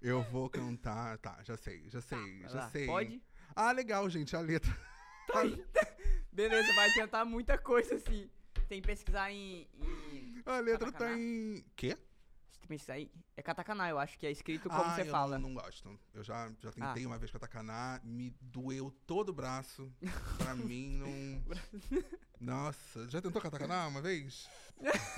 [SPEAKER 2] Eu vou cantar. Tá, já sei, já sei,
[SPEAKER 3] vai
[SPEAKER 2] já
[SPEAKER 3] lá.
[SPEAKER 2] sei.
[SPEAKER 3] Pode?
[SPEAKER 2] Ah, legal, gente, a letra.
[SPEAKER 3] Beleza, vai adiantar muita coisa assim. Tem que pesquisar em. em-
[SPEAKER 2] A letra tá
[SPEAKER 3] Katakana.
[SPEAKER 2] em. Quê?
[SPEAKER 3] Tem que pesquisar em. É katakana, eu acho que é escrito como
[SPEAKER 2] ah,
[SPEAKER 3] você
[SPEAKER 2] eu
[SPEAKER 3] fala.
[SPEAKER 2] Não, não gosto. Eu já, já tentei
[SPEAKER 3] Ah.
[SPEAKER 2] uma vez com a Takaná, me doeu todo o braço. Pra mim, não. Nossa, já tentou com a Takaná uma vez?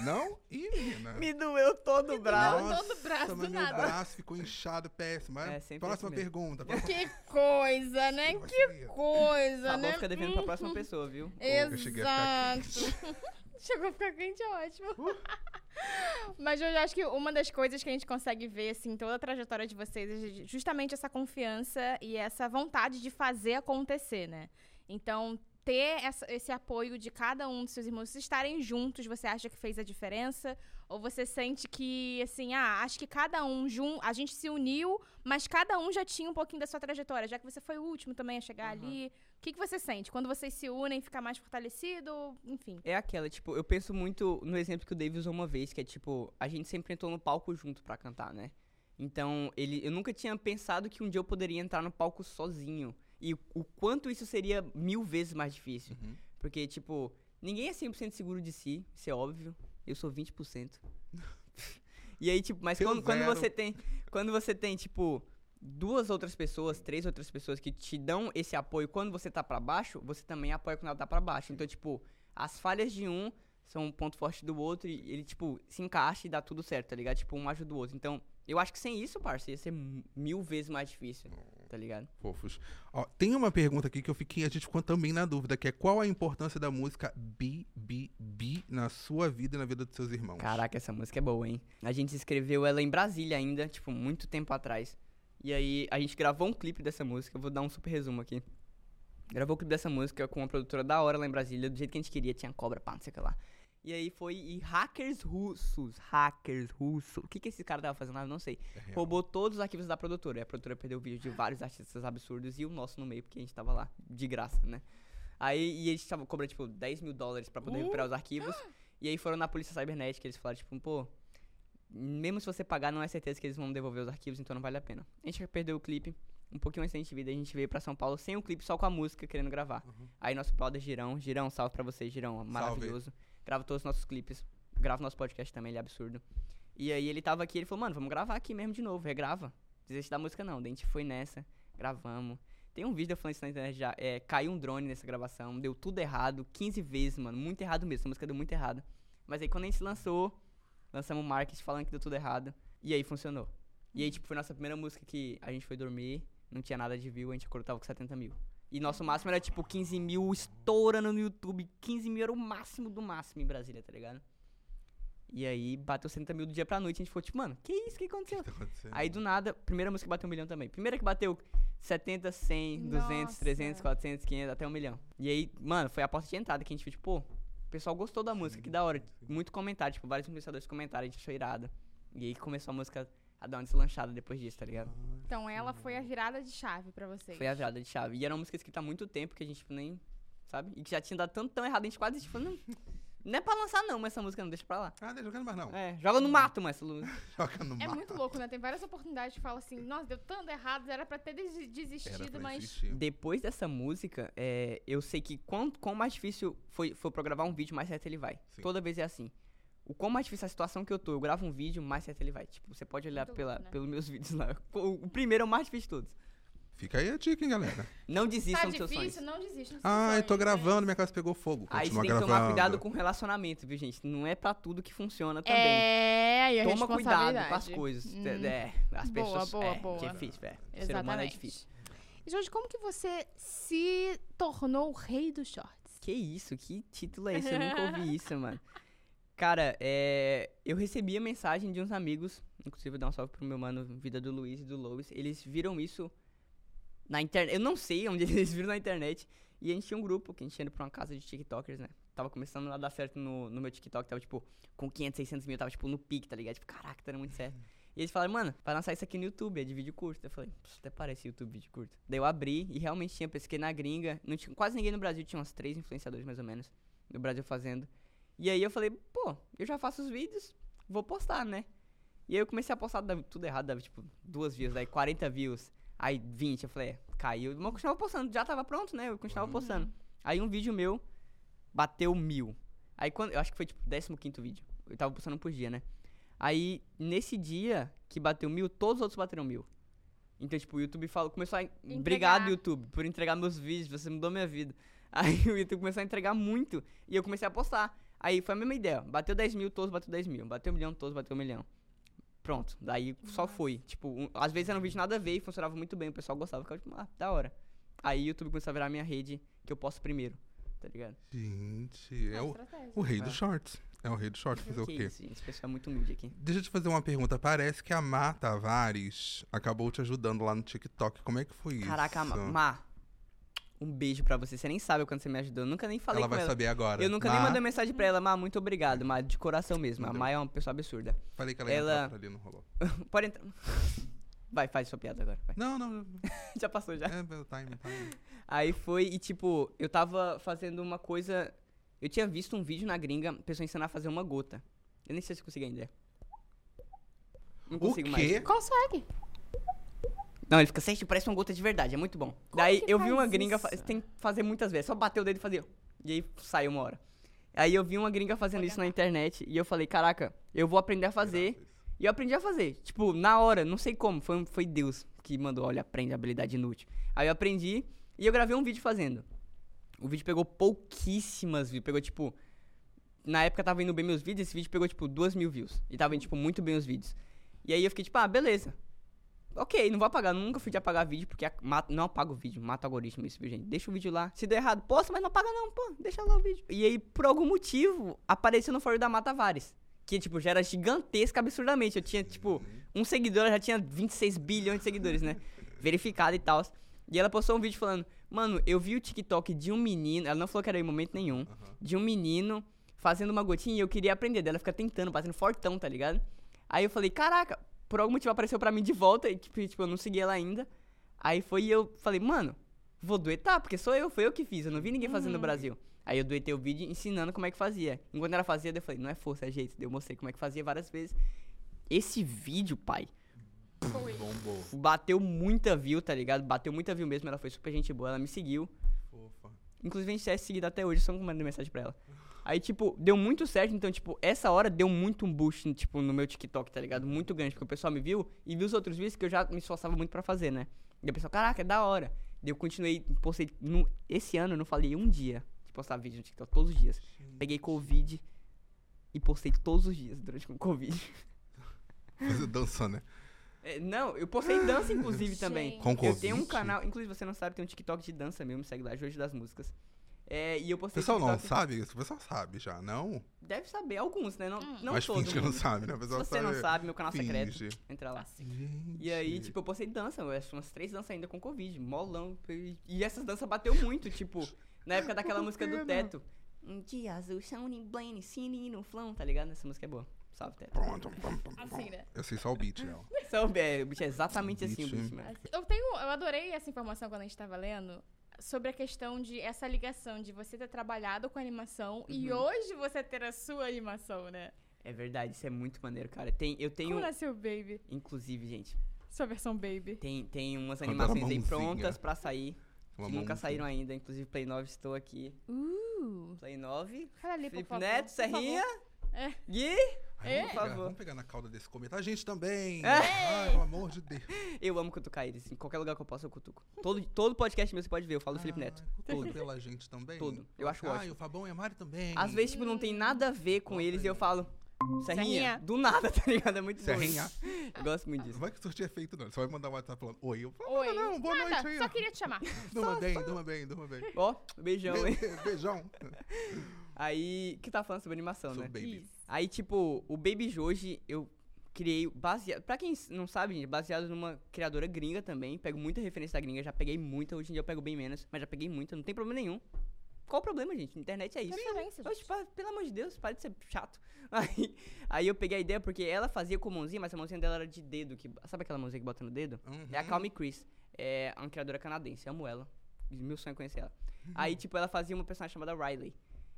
[SPEAKER 2] não? Ih, menina.
[SPEAKER 3] Me doeu todo o braço.
[SPEAKER 1] doeu todo o um braço,
[SPEAKER 2] mas
[SPEAKER 1] do
[SPEAKER 2] meu
[SPEAKER 1] nada.
[SPEAKER 2] um braço ficou inchado, péssimo.
[SPEAKER 3] É,
[SPEAKER 2] É,
[SPEAKER 3] sempre
[SPEAKER 2] próxima
[SPEAKER 3] isso mesmo.
[SPEAKER 2] pergunta. Próxima...
[SPEAKER 1] Que coisa, né?
[SPEAKER 2] Vai
[SPEAKER 1] Que
[SPEAKER 2] saber.
[SPEAKER 1] coisa,
[SPEAKER 3] Tá bom,
[SPEAKER 1] né?
[SPEAKER 3] fica devendo pra próxima pessoa, viu?
[SPEAKER 2] Eu cheguei a ficar
[SPEAKER 1] Exato. Chegou a ficar quente, é ótimo. Mas eu acho que uma das coisas que a gente consegue ver, assim, em toda a trajetória de vocês é justamente essa confiança e essa vontade de fazer acontecer, né? Então, ter essa- esse apoio de cada um dos seus irmãos, vocês estarem juntos, você acha que fez a diferença? Ou você sente que, assim, ah, acho que cada um, jun a gente se uniu, mas cada um já tinha um pouquinho da sua trajetória, já que você foi o último também a chegar ali. O que, que você sente? Quando vocês se unem, fica mais fortalecido? Enfim.
[SPEAKER 3] É aquela, tipo, eu penso muito no exemplo que o Dave usou uma vez, que é tipo, a gente sempre entrou no palco junto pra cantar, né? Então, ele, eu nunca tinha pensado que um dia eu poderia entrar no palco sozinho. E o- o quanto isso seria mil vezes mais difícil. Porque, tipo, ninguém é 100% seguro de si, isso é óbvio. Eu sou 20%. e aí, tipo, mas
[SPEAKER 2] Eu
[SPEAKER 3] quando, quando
[SPEAKER 2] zero.
[SPEAKER 3] você tem. Quando você tem, tipo, duas outras pessoas, três outras pessoas que te dão esse apoio quando você tá pra baixo, você também apoia quando ela tá pra baixo. Então, tipo, as falhas de um são um ponto forte do outro e ele, tipo, se encaixa e dá tudo certo, tá ligado? Tipo, um ajuda o outro. Então, eu acho que sem isso, parça, ia ser m- mil vezes mais difícil, tá ligado?
[SPEAKER 2] Fofos. Ó, tem uma pergunta aqui que eu fiquei, a gente ficou também na dúvida, que é qual a importância da música BBB na sua vida e na vida dos seus irmãos?
[SPEAKER 3] Caraca, essa música é boa, hein? A gente escreveu ela em Brasília ainda, tipo, muito tempo atrás. E aí, a gente gravou um clipe dessa música, eu vou dar um super resumo aqui. Gravou o clipe dessa música com uma produtora da hora lá em Brasília, do jeito que a gente queria, tinha cobra, pá, não sei o que lá. E aí foi e hackers russos, hackers russos, o que que esse cara tava fazendo lá, eu não sei.
[SPEAKER 2] É,
[SPEAKER 3] Roubou todos os arquivos da produtora, e a produtora perdeu o vídeo de vários artistas absurdos e o nosso no meio, porque a gente tava lá, de graça, né? Aí, e eles estavam cobrando, tipo, 10 mil dólares pra poder recuperar os arquivos. E aí foram na polícia cibernética, eles falaram, tipo, pô, mesmo se você pagar, não é certeza que eles vão devolver os arquivos, então não vale a pena. A gente perdeu o clipe, um pouquinho antes da gente vir, daí a gente veio pra São Paulo sem o clipe, só com a música, querendo gravar. Aí nosso brother Girão, Girão, salve pra você, Girão, maravilhoso. Grava todos os nossos clipes, grava nosso podcast também, ele é absurdo. E aí ele tava aqui, ele falou, mano, vamos gravar aqui mesmo de novo, regrava. Desiste da música não, daí a gente foi nessa, gravamos. Tem um vídeo eu falando isso na internet já, é, caiu um drone nessa gravação, deu tudo errado, 15 vezes, mano, muito errado mesmo, essa música deu muito errado. Mas aí quando a gente lançou, lançamos o marketing falando que deu tudo errado. E aí funcionou. E aí, tipo, foi nossa primeira música que a gente foi dormir, não tinha nada de view, a gente acordou tava com 70 mil. E nosso máximo era tipo 15 mil estourando no YouTube. 15 mil era o máximo do máximo em Brasília, tá ligado? E aí bateu 70 mil do dia pra noite, a gente ficou tipo, mano, que isso? O que aconteceu?
[SPEAKER 2] Tá acontecendo.
[SPEAKER 3] Aí do nada, primeira música que bateu um milhão também. Primeira que bateu 70, 100, 200,
[SPEAKER 1] Nossa.
[SPEAKER 3] 300, 400, 500, até um milhão. E aí, mano, foi a porta de entrada que a gente viu, tipo, pô, o pessoal gostou da música, que da hora. Muito comentário, tipo, vários influenciadores comentaram, a gente achou irado. E aí começou a música a dar uma deslanchada depois disso, tá ligado?
[SPEAKER 1] Então, ela foi a virada de chave pra vocês.
[SPEAKER 3] Foi a virada de chave. E era uma música escrita há muito tempo que a gente, tipo, nem. Sabe? E que já tinha dado tanto tão errado, a gente quase, tipo, não. Não é pra lançar, não, mas essa música não deixa pra lá.
[SPEAKER 2] Ah, deixa jogando mais não.
[SPEAKER 3] É, joga no mato, mas essa luz.
[SPEAKER 2] Joga no
[SPEAKER 1] É
[SPEAKER 2] mato.
[SPEAKER 1] muito louco, né? Tem várias oportunidades que falam assim, nossa, deu tanto errado, era pra ter des-
[SPEAKER 2] Era
[SPEAKER 1] desistido,
[SPEAKER 2] pra
[SPEAKER 1] mas. tá
[SPEAKER 2] existir.
[SPEAKER 3] Depois dessa música, é, eu sei que quão, quão mais difícil foi, foi pra eu gravar um vídeo, mais certo ele vai.
[SPEAKER 2] Sim.
[SPEAKER 3] Toda vez é assim. O quão mais difícil a situação que eu tô, eu gravo um vídeo, mais certo ele vai. Tipo, você pode olhar
[SPEAKER 1] Muito
[SPEAKER 3] pela,
[SPEAKER 1] louco, né?
[SPEAKER 3] pelos meus vídeos lá. O, o primeiro é o mais difícil de todos.
[SPEAKER 2] Fica aí a dica, hein, galera.
[SPEAKER 3] Não
[SPEAKER 1] Tá
[SPEAKER 3] desistam dos seus sonhos.
[SPEAKER 1] difícil, não desiste.
[SPEAKER 2] Ai, Ah, tô
[SPEAKER 1] gravando
[SPEAKER 2] gravando, minha casa pegou fogo.
[SPEAKER 3] Aí você
[SPEAKER 2] Continua
[SPEAKER 3] tem que
[SPEAKER 2] gravando.
[SPEAKER 3] tomar cuidado com o relacionamento, viu, gente? Não é pra tudo que funciona também.
[SPEAKER 1] É, aí a
[SPEAKER 3] Toma cuidado
[SPEAKER 1] responsabilidade.
[SPEAKER 3] com as coisas.
[SPEAKER 1] Hum.
[SPEAKER 3] É, as
[SPEAKER 1] Boa,
[SPEAKER 3] pessoas.
[SPEAKER 1] boa,
[SPEAKER 3] é,
[SPEAKER 1] boa.
[SPEAKER 3] Que é difícil, velho. Ser humano é
[SPEAKER 1] Exatamente.
[SPEAKER 3] difícil.
[SPEAKER 1] E Jorge, como que você se tornou o rei dos shorts?
[SPEAKER 3] Que isso? Que título é esse? Eu nunca ouvi isso, mano. Cara, é, eu recebi a mensagem de uns amigos, inclusive dar um salve pro meu mano Vida do Luiz e do Louis. Eles viram isso na internet. Eu não sei onde eles viram na internet. E a gente tinha um grupo que a gente tinha ido pra uma casa de TikTokers, né? Tava começando a dar certo no, no meu TikTok, tava tipo com 500, 600 mil, tava tipo no pique, tá ligado? Tipo, caraca, tá dando muito certo. E eles falaram, mano, vai lançar isso aqui no YouTube, é de vídeo curto. Eu falei, "Pss, até parece YouTube vídeo curto. Daí eu abri e realmente tinha, pesquei na gringa. Não tinha, quase ninguém no Brasil, tinha uns três influenciadores mais ou menos no Brasil fazendo. E aí eu falei, pô, eu já faço os vídeos, vou postar, né? E aí eu comecei a postar dava tudo errado, dava tipo duas views, daí 40 views, aí 20. Eu falei, é, caiu. Mas eu continuava postando, já tava pronto, né? Eu continuava postando. Aí um vídeo meu bateu mil. Aí quando, eu acho que foi tipo 15 vídeo. Eu tava postando por dia, né? Aí, nesse dia que bateu mil, todos os outros bateram mil. Então, tipo, o YouTube falou, começou a. en-
[SPEAKER 1] Entregar.
[SPEAKER 3] Obrigado, YouTube, por entregar meus vídeos, você mudou minha vida. Aí o YouTube começou a entregar muito e eu comecei a postar. Aí foi a mesma ideia. ó, Bateu 10 mil, todos bateu 10 mil. Bateu um milhão, todos bateu um milhão. Pronto. Daí só foi. Tipo, um- às vezes era um vídeo nada a ver e funcionava muito bem. O pessoal gostava, ficava tipo, ah, da hora. Aí o YouTube começou a virar a minha rede que eu posto primeiro. Tá ligado?
[SPEAKER 2] Gente, é
[SPEAKER 1] Uma
[SPEAKER 2] o,
[SPEAKER 1] estratégia.
[SPEAKER 2] o rei dos shorts. É o rei dos shorts. Fazer o
[SPEAKER 3] Ah. que
[SPEAKER 2] quê?
[SPEAKER 3] isso, gente. Esse pessoal é muito humilde aqui.
[SPEAKER 2] Deixa eu te fazer uma pergunta. Parece que a Má Tavares acabou te ajudando lá no TikTok. Como é que foi isso?
[SPEAKER 3] Caraca, Ma, Ma, um beijo pra você. Você nem sabe o quanto você me ajudou. Eu nunca nem falei
[SPEAKER 2] Ela
[SPEAKER 3] com
[SPEAKER 2] vai
[SPEAKER 3] ela.
[SPEAKER 2] saber agora.
[SPEAKER 3] Eu nunca
[SPEAKER 2] Má,
[SPEAKER 3] nem mandei mensagem pra ela, Ma, muito obrigado, Ma, de coração mesmo. A
[SPEAKER 2] Entendeu?
[SPEAKER 3] Ma é uma pessoa absurda.
[SPEAKER 2] Falei que ela ia
[SPEAKER 3] Ela-
[SPEAKER 2] entrar por ali, não rolou.
[SPEAKER 3] Pode entrar. Vai, faz sua piada agora. vai.
[SPEAKER 2] Não, não.
[SPEAKER 3] Já passou já.
[SPEAKER 2] É, meu time, time.
[SPEAKER 3] Aí foi e tipo, eu tava fazendo uma coisa. Eu tinha visto um vídeo na gringa, pessoa ensinar a fazer uma gota. Eu nem sei se eu consigo ainda. Não
[SPEAKER 2] O
[SPEAKER 3] consigo mais.
[SPEAKER 2] quê?
[SPEAKER 1] Consegue.
[SPEAKER 3] Não, ele fica certinho, parece uma gota de verdade, é muito bom. Daí
[SPEAKER 1] que
[SPEAKER 3] eu vi uma
[SPEAKER 1] faz
[SPEAKER 3] gringa, fa-
[SPEAKER 1] isso?
[SPEAKER 3] tem que fazer muitas vezes, só bater o dedo e fazer. E aí saiu uma hora. Aí eu vi uma gringa fazendo isso na internet e eu falei, caraca, eu vou aprender a
[SPEAKER 2] Tá,
[SPEAKER 3] fazer. E eu aprendi a fazer. Tipo, na hora, não sei como. Foi, foi Deus que mandou, olha, aprende habilidade inútil. Aí eu aprendi e eu gravei um vídeo fazendo. O vídeo pegou pouquíssimas views. Pegou, tipo. Na época tava indo bem meus vídeos, esse vídeo pegou, tipo, duas mil views. E tava indo, tipo, muito bem os vídeos. E aí eu fiquei, tipo, ah, beleza. Ok, não vou apagar. Nunca fui de apagar vídeo, porque a- mata- não apaga o vídeo, mata o algoritmo isso, viu, gente? Deixa o vídeo lá. Se der errado, posso, mas não apaga não, pô. Deixa lá o vídeo. E aí, por algum motivo, apareceu no fórum da Mata Vares. Que, tipo, já era gigantesca absurdamente. Eu tinha, tipo, um seguidor, ela já tinha 26 bilhões de seguidores, né? Verificado e tal. E ela postou um vídeo falando, mano, eu vi o TikTok de um menino, ela não falou que era em momento nenhum, de um menino fazendo uma gotinha e eu queria aprender dela, fica tentando, batendo fortão, tá ligado? Aí eu falei, caraca, por algum motivo apareceu pra mim de volta, e tipo, tipo, eu não segui ela ainda. Aí foi e eu falei, mano, vou duetar, porque sou eu, foi eu que fiz, eu não vi ninguém fazendo no Brasil. Aí eu duetei o vídeo ensinando como é que fazia. Enquanto ela fazia, daí eu falei, não é força, é jeito. Daí eu mostrei como é que fazia várias vezes. Esse vídeo, pai,
[SPEAKER 1] Foi.
[SPEAKER 2] tá. Bombou.
[SPEAKER 3] bateu muita view, tá ligado? Bateu muita view mesmo, ela foi super gente boa, ela me seguiu.
[SPEAKER 2] Fofa.
[SPEAKER 3] Inclusive, a gente é seguido até hoje, só não mandando mensagem pra ela. Aí, tipo, deu muito certo, então, tipo, essa hora deu muito um boost, tipo, no meu TikTok, tá ligado? Muito grande, porque o pessoal me viu e viu os outros vídeos que eu já me esforçava muito pra fazer, né? E o pessoal, caraca, é da hora. Daí eu continuei, postei, no, esse ano eu não falei um dia de postar vídeo no TikTok, todos os dias. Peguei Covid e postei todos os dias durante o Covid.
[SPEAKER 2] Você dançou, né?
[SPEAKER 3] É, não, eu postei dança, inclusive, também.
[SPEAKER 1] Gente.
[SPEAKER 2] Com
[SPEAKER 3] eu tenho um
[SPEAKER 2] Covid?
[SPEAKER 3] canal, inclusive, você não sabe, tem um TikTok de dança mesmo, segue lá, Jorge das Músicas. É, e eu
[SPEAKER 2] O
[SPEAKER 3] postei
[SPEAKER 2] pessoal não
[SPEAKER 3] TikTok-
[SPEAKER 2] sabe isso? O pessoal sabe já, não?
[SPEAKER 3] Deve saber, alguns, né? Não, não
[SPEAKER 2] Mas
[SPEAKER 3] todos.
[SPEAKER 2] finge que não sabe, né? O
[SPEAKER 3] Se
[SPEAKER 2] pessoal
[SPEAKER 3] você não sabe, meu canal secreto,
[SPEAKER 2] finge.
[SPEAKER 3] entra lá.
[SPEAKER 2] Gente.
[SPEAKER 3] E aí, tipo, eu postei dança, eu acho umas três danças ainda com Covid, molão. E essas danças bateu muito, tipo, na época daquela música do Teto. Um dia azul, Shawnee Blaine, Cine no flão, tá ligado? Essa música é boa. Salve, Teto.
[SPEAKER 2] Pronto, pum, pum, pum.
[SPEAKER 1] Assim, né?
[SPEAKER 2] Eu sei só o beat, né?
[SPEAKER 3] Salve, é, o bicho é exatamente assim, o
[SPEAKER 2] Bicho.
[SPEAKER 3] bicho, mano.
[SPEAKER 1] Eu tenho. Eu adorei essa informação quando a gente tava lendo. sobre a questão de essa ligação de você ter trabalhado com animação e hoje você ter a sua animação, né?
[SPEAKER 3] É verdade, isso é muito maneiro, cara. Tem, eu tenho.
[SPEAKER 1] Como nasceu o Baby?
[SPEAKER 3] Inclusive, gente,
[SPEAKER 1] Sua versão Baby.
[SPEAKER 3] tem, tem umas
[SPEAKER 2] Quando era
[SPEAKER 3] animações aí
[SPEAKER 2] mãozinha.
[SPEAKER 3] prontas pra sair.
[SPEAKER 2] Uma
[SPEAKER 3] que nunca
[SPEAKER 2] mãozinha.
[SPEAKER 3] saíram ainda. Inclusive, Play 9, estou aqui.
[SPEAKER 1] Uh!
[SPEAKER 3] Play 9.
[SPEAKER 1] Cara ali, por
[SPEAKER 3] Felipe
[SPEAKER 1] favor.
[SPEAKER 3] Neto,
[SPEAKER 1] por favor.
[SPEAKER 3] Serrinha.
[SPEAKER 1] É.
[SPEAKER 3] Gui.
[SPEAKER 2] Ai, vamos, pegar,
[SPEAKER 3] É. Por favor.
[SPEAKER 2] vamos pegar na cauda desse comentário. A gente também.
[SPEAKER 3] É.
[SPEAKER 2] Ai, pelo amor de Deus.
[SPEAKER 3] Eu amo cutucar eles. Em qualquer lugar que eu posso, eu cutuco. Todo, todo podcast meu você pode ver. Eu falo do Felipe Neto.
[SPEAKER 2] Ah, tudo
[SPEAKER 3] Todo.
[SPEAKER 2] pela gente também.
[SPEAKER 3] Todo. Eu acho
[SPEAKER 2] ah,
[SPEAKER 3] ótimo.
[SPEAKER 2] e o Fabão e a Mari também.
[SPEAKER 3] Às vezes, tipo, não tem nada a ver com eles e eu falo. Serrinha.
[SPEAKER 1] Serrinha.
[SPEAKER 3] Do nada, tá ligado? É muito bom.
[SPEAKER 2] Serrinha.
[SPEAKER 3] isso. Eu gosto muito disso.
[SPEAKER 2] Não vai que surtir efeito, não. Você vai mandar um WhatsApp falando oi. Eu falo,
[SPEAKER 1] Oi.
[SPEAKER 2] Não, não, boa
[SPEAKER 1] Nada,
[SPEAKER 2] noite aí.
[SPEAKER 1] só queria te chamar.
[SPEAKER 2] Durma bem, durma bem, durma bem.
[SPEAKER 3] Ó, beijão, hein?
[SPEAKER 2] Be- Beijão.
[SPEAKER 3] Aí, que tá falando sobre animação,
[SPEAKER 2] Sou
[SPEAKER 3] né?
[SPEAKER 2] baby.
[SPEAKER 1] Isso.
[SPEAKER 3] Aí, tipo, o Baby Joji eu criei baseado. Pra quem s- não sabe, gente, baseado numa criadora gringa também. Pego muita referência da gringa, já peguei muita. Hoje em dia eu pego bem menos, mas já peguei muita, não tem problema nenhum. Qual o problema, gente? Internet é isso.
[SPEAKER 1] Referência, gente.
[SPEAKER 3] Oxe, pa- pelo amor de Deus, para de ser chato. Aí, aí eu peguei a ideia porque ela fazia com mãozinha, mas a mãozinha dela era de dedo. Que, sabe aquela mãozinha que bota no dedo?
[SPEAKER 2] Uhum.
[SPEAKER 3] É a Calme Chris. É uma criadora canadense, amo ela. Meu sonho é conhecer ela. Aí, tipo, ela fazia uma personagem chamada Riley.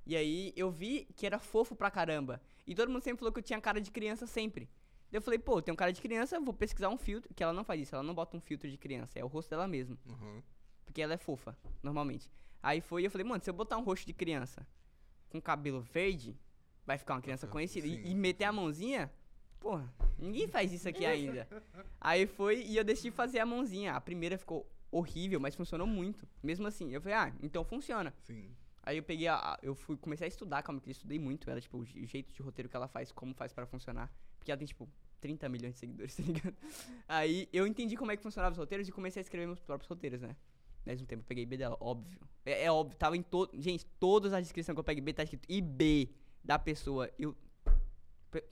[SPEAKER 3] E aí eu vi que era fofo pra caramba. E todo mundo sempre falou que eu tinha cara de criança sempre. Daí eu falei, pô, eu tenho cara de criança, eu vou pesquisar um filtro. Que ela não faz isso, ela não bota um filtro de criança, é o rosto dela mesmo.
[SPEAKER 2] Uhum.
[SPEAKER 3] Porque ela é fofa, normalmente. Aí foi e eu falei, mano, se eu botar um rosto de criança com cabelo verde, vai ficar uma criança conhecida. E-
[SPEAKER 2] Sim,
[SPEAKER 3] e, meter a mãozinha, porra, ninguém faz isso aqui ainda. Aí foi e eu deixei fazer a mãozinha. A primeira ficou horrível, mas funcionou muito. Mesmo assim, eu falei, ah, então funciona.
[SPEAKER 2] Sim.
[SPEAKER 3] Aí eu peguei a. a- Eu fui comecei a estudar calma que eu estudei muito ela, tipo, o je- o jeito de roteiro que ela faz, como faz pra funcionar. Porque ela tem, tipo, 30 milhões de seguidores, tá ligado? Aí eu entendi como é que funcionavam os roteiros e comecei a escrever meus próprios roteiros, né? Mas um tempo eu peguei IB dela, óbvio. É, é óbvio, tava em todo. Gente, todas as descrições que eu pego IB tá escrito IB da pessoa. Eu. Pe-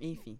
[SPEAKER 3] Enfim.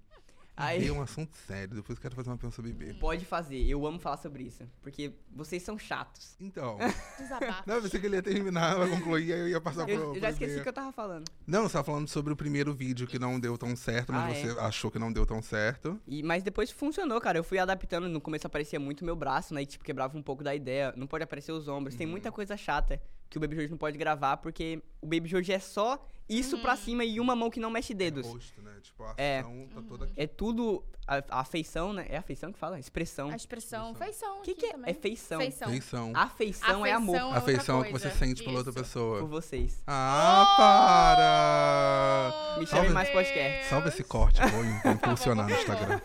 [SPEAKER 3] Aí.
[SPEAKER 2] Aí... É um assunto sério. Depois eu quero fazer uma pensão sobre bebê.
[SPEAKER 3] Pode fazer, eu amo falar sobre isso. Porque vocês são chatos.
[SPEAKER 2] Então,
[SPEAKER 1] Desabafo.
[SPEAKER 2] não, eu pensei que ele ia terminar, vai concluir, aí eu ia passar pro.
[SPEAKER 3] Eu, eu já
[SPEAKER 2] pro
[SPEAKER 3] esqueci
[SPEAKER 2] bebê.
[SPEAKER 3] o que eu tava falando.
[SPEAKER 2] Não, você tava falando sobre o primeiro vídeo que não deu tão certo, mas
[SPEAKER 3] Ah, é.
[SPEAKER 2] você achou que não deu tão certo.
[SPEAKER 3] E, mas depois funcionou, cara. Eu fui adaptando. No começo aparecia muito meu braço, né? E, tipo, quebrava um pouco da ideia. Não pode aparecer os ombros. Tem muita coisa chata que o Baby George não pode gravar, porque o Baby George é só isso
[SPEAKER 1] Hum.
[SPEAKER 3] pra cima e uma mão que não mexe dedos.
[SPEAKER 2] É rosto, né? Tipo, a
[SPEAKER 3] É.
[SPEAKER 2] ação tá toda aqui.
[SPEAKER 3] É tudo. A, a feição, né? É a feição que fala? Expressão.
[SPEAKER 1] A expressão.
[SPEAKER 2] Feição.
[SPEAKER 1] Feição.
[SPEAKER 3] O que,
[SPEAKER 1] aqui
[SPEAKER 3] que é?
[SPEAKER 1] um também.
[SPEAKER 3] É feição.
[SPEAKER 1] Feição.
[SPEAKER 2] Feição.
[SPEAKER 3] A feição é
[SPEAKER 1] Afeição
[SPEAKER 3] amor
[SPEAKER 1] outra
[SPEAKER 2] Afeição que
[SPEAKER 1] coisa.
[SPEAKER 2] você sente pela outra
[SPEAKER 1] Isso.
[SPEAKER 3] por
[SPEAKER 2] pessoa.
[SPEAKER 3] vocês.
[SPEAKER 2] Ah, para!
[SPEAKER 3] Me
[SPEAKER 2] chamem
[SPEAKER 1] Oh, Meu
[SPEAKER 3] mais podcast.
[SPEAKER 1] Deus. Tá
[SPEAKER 2] Salva esse corte, vou im- impulsionar no Instagram.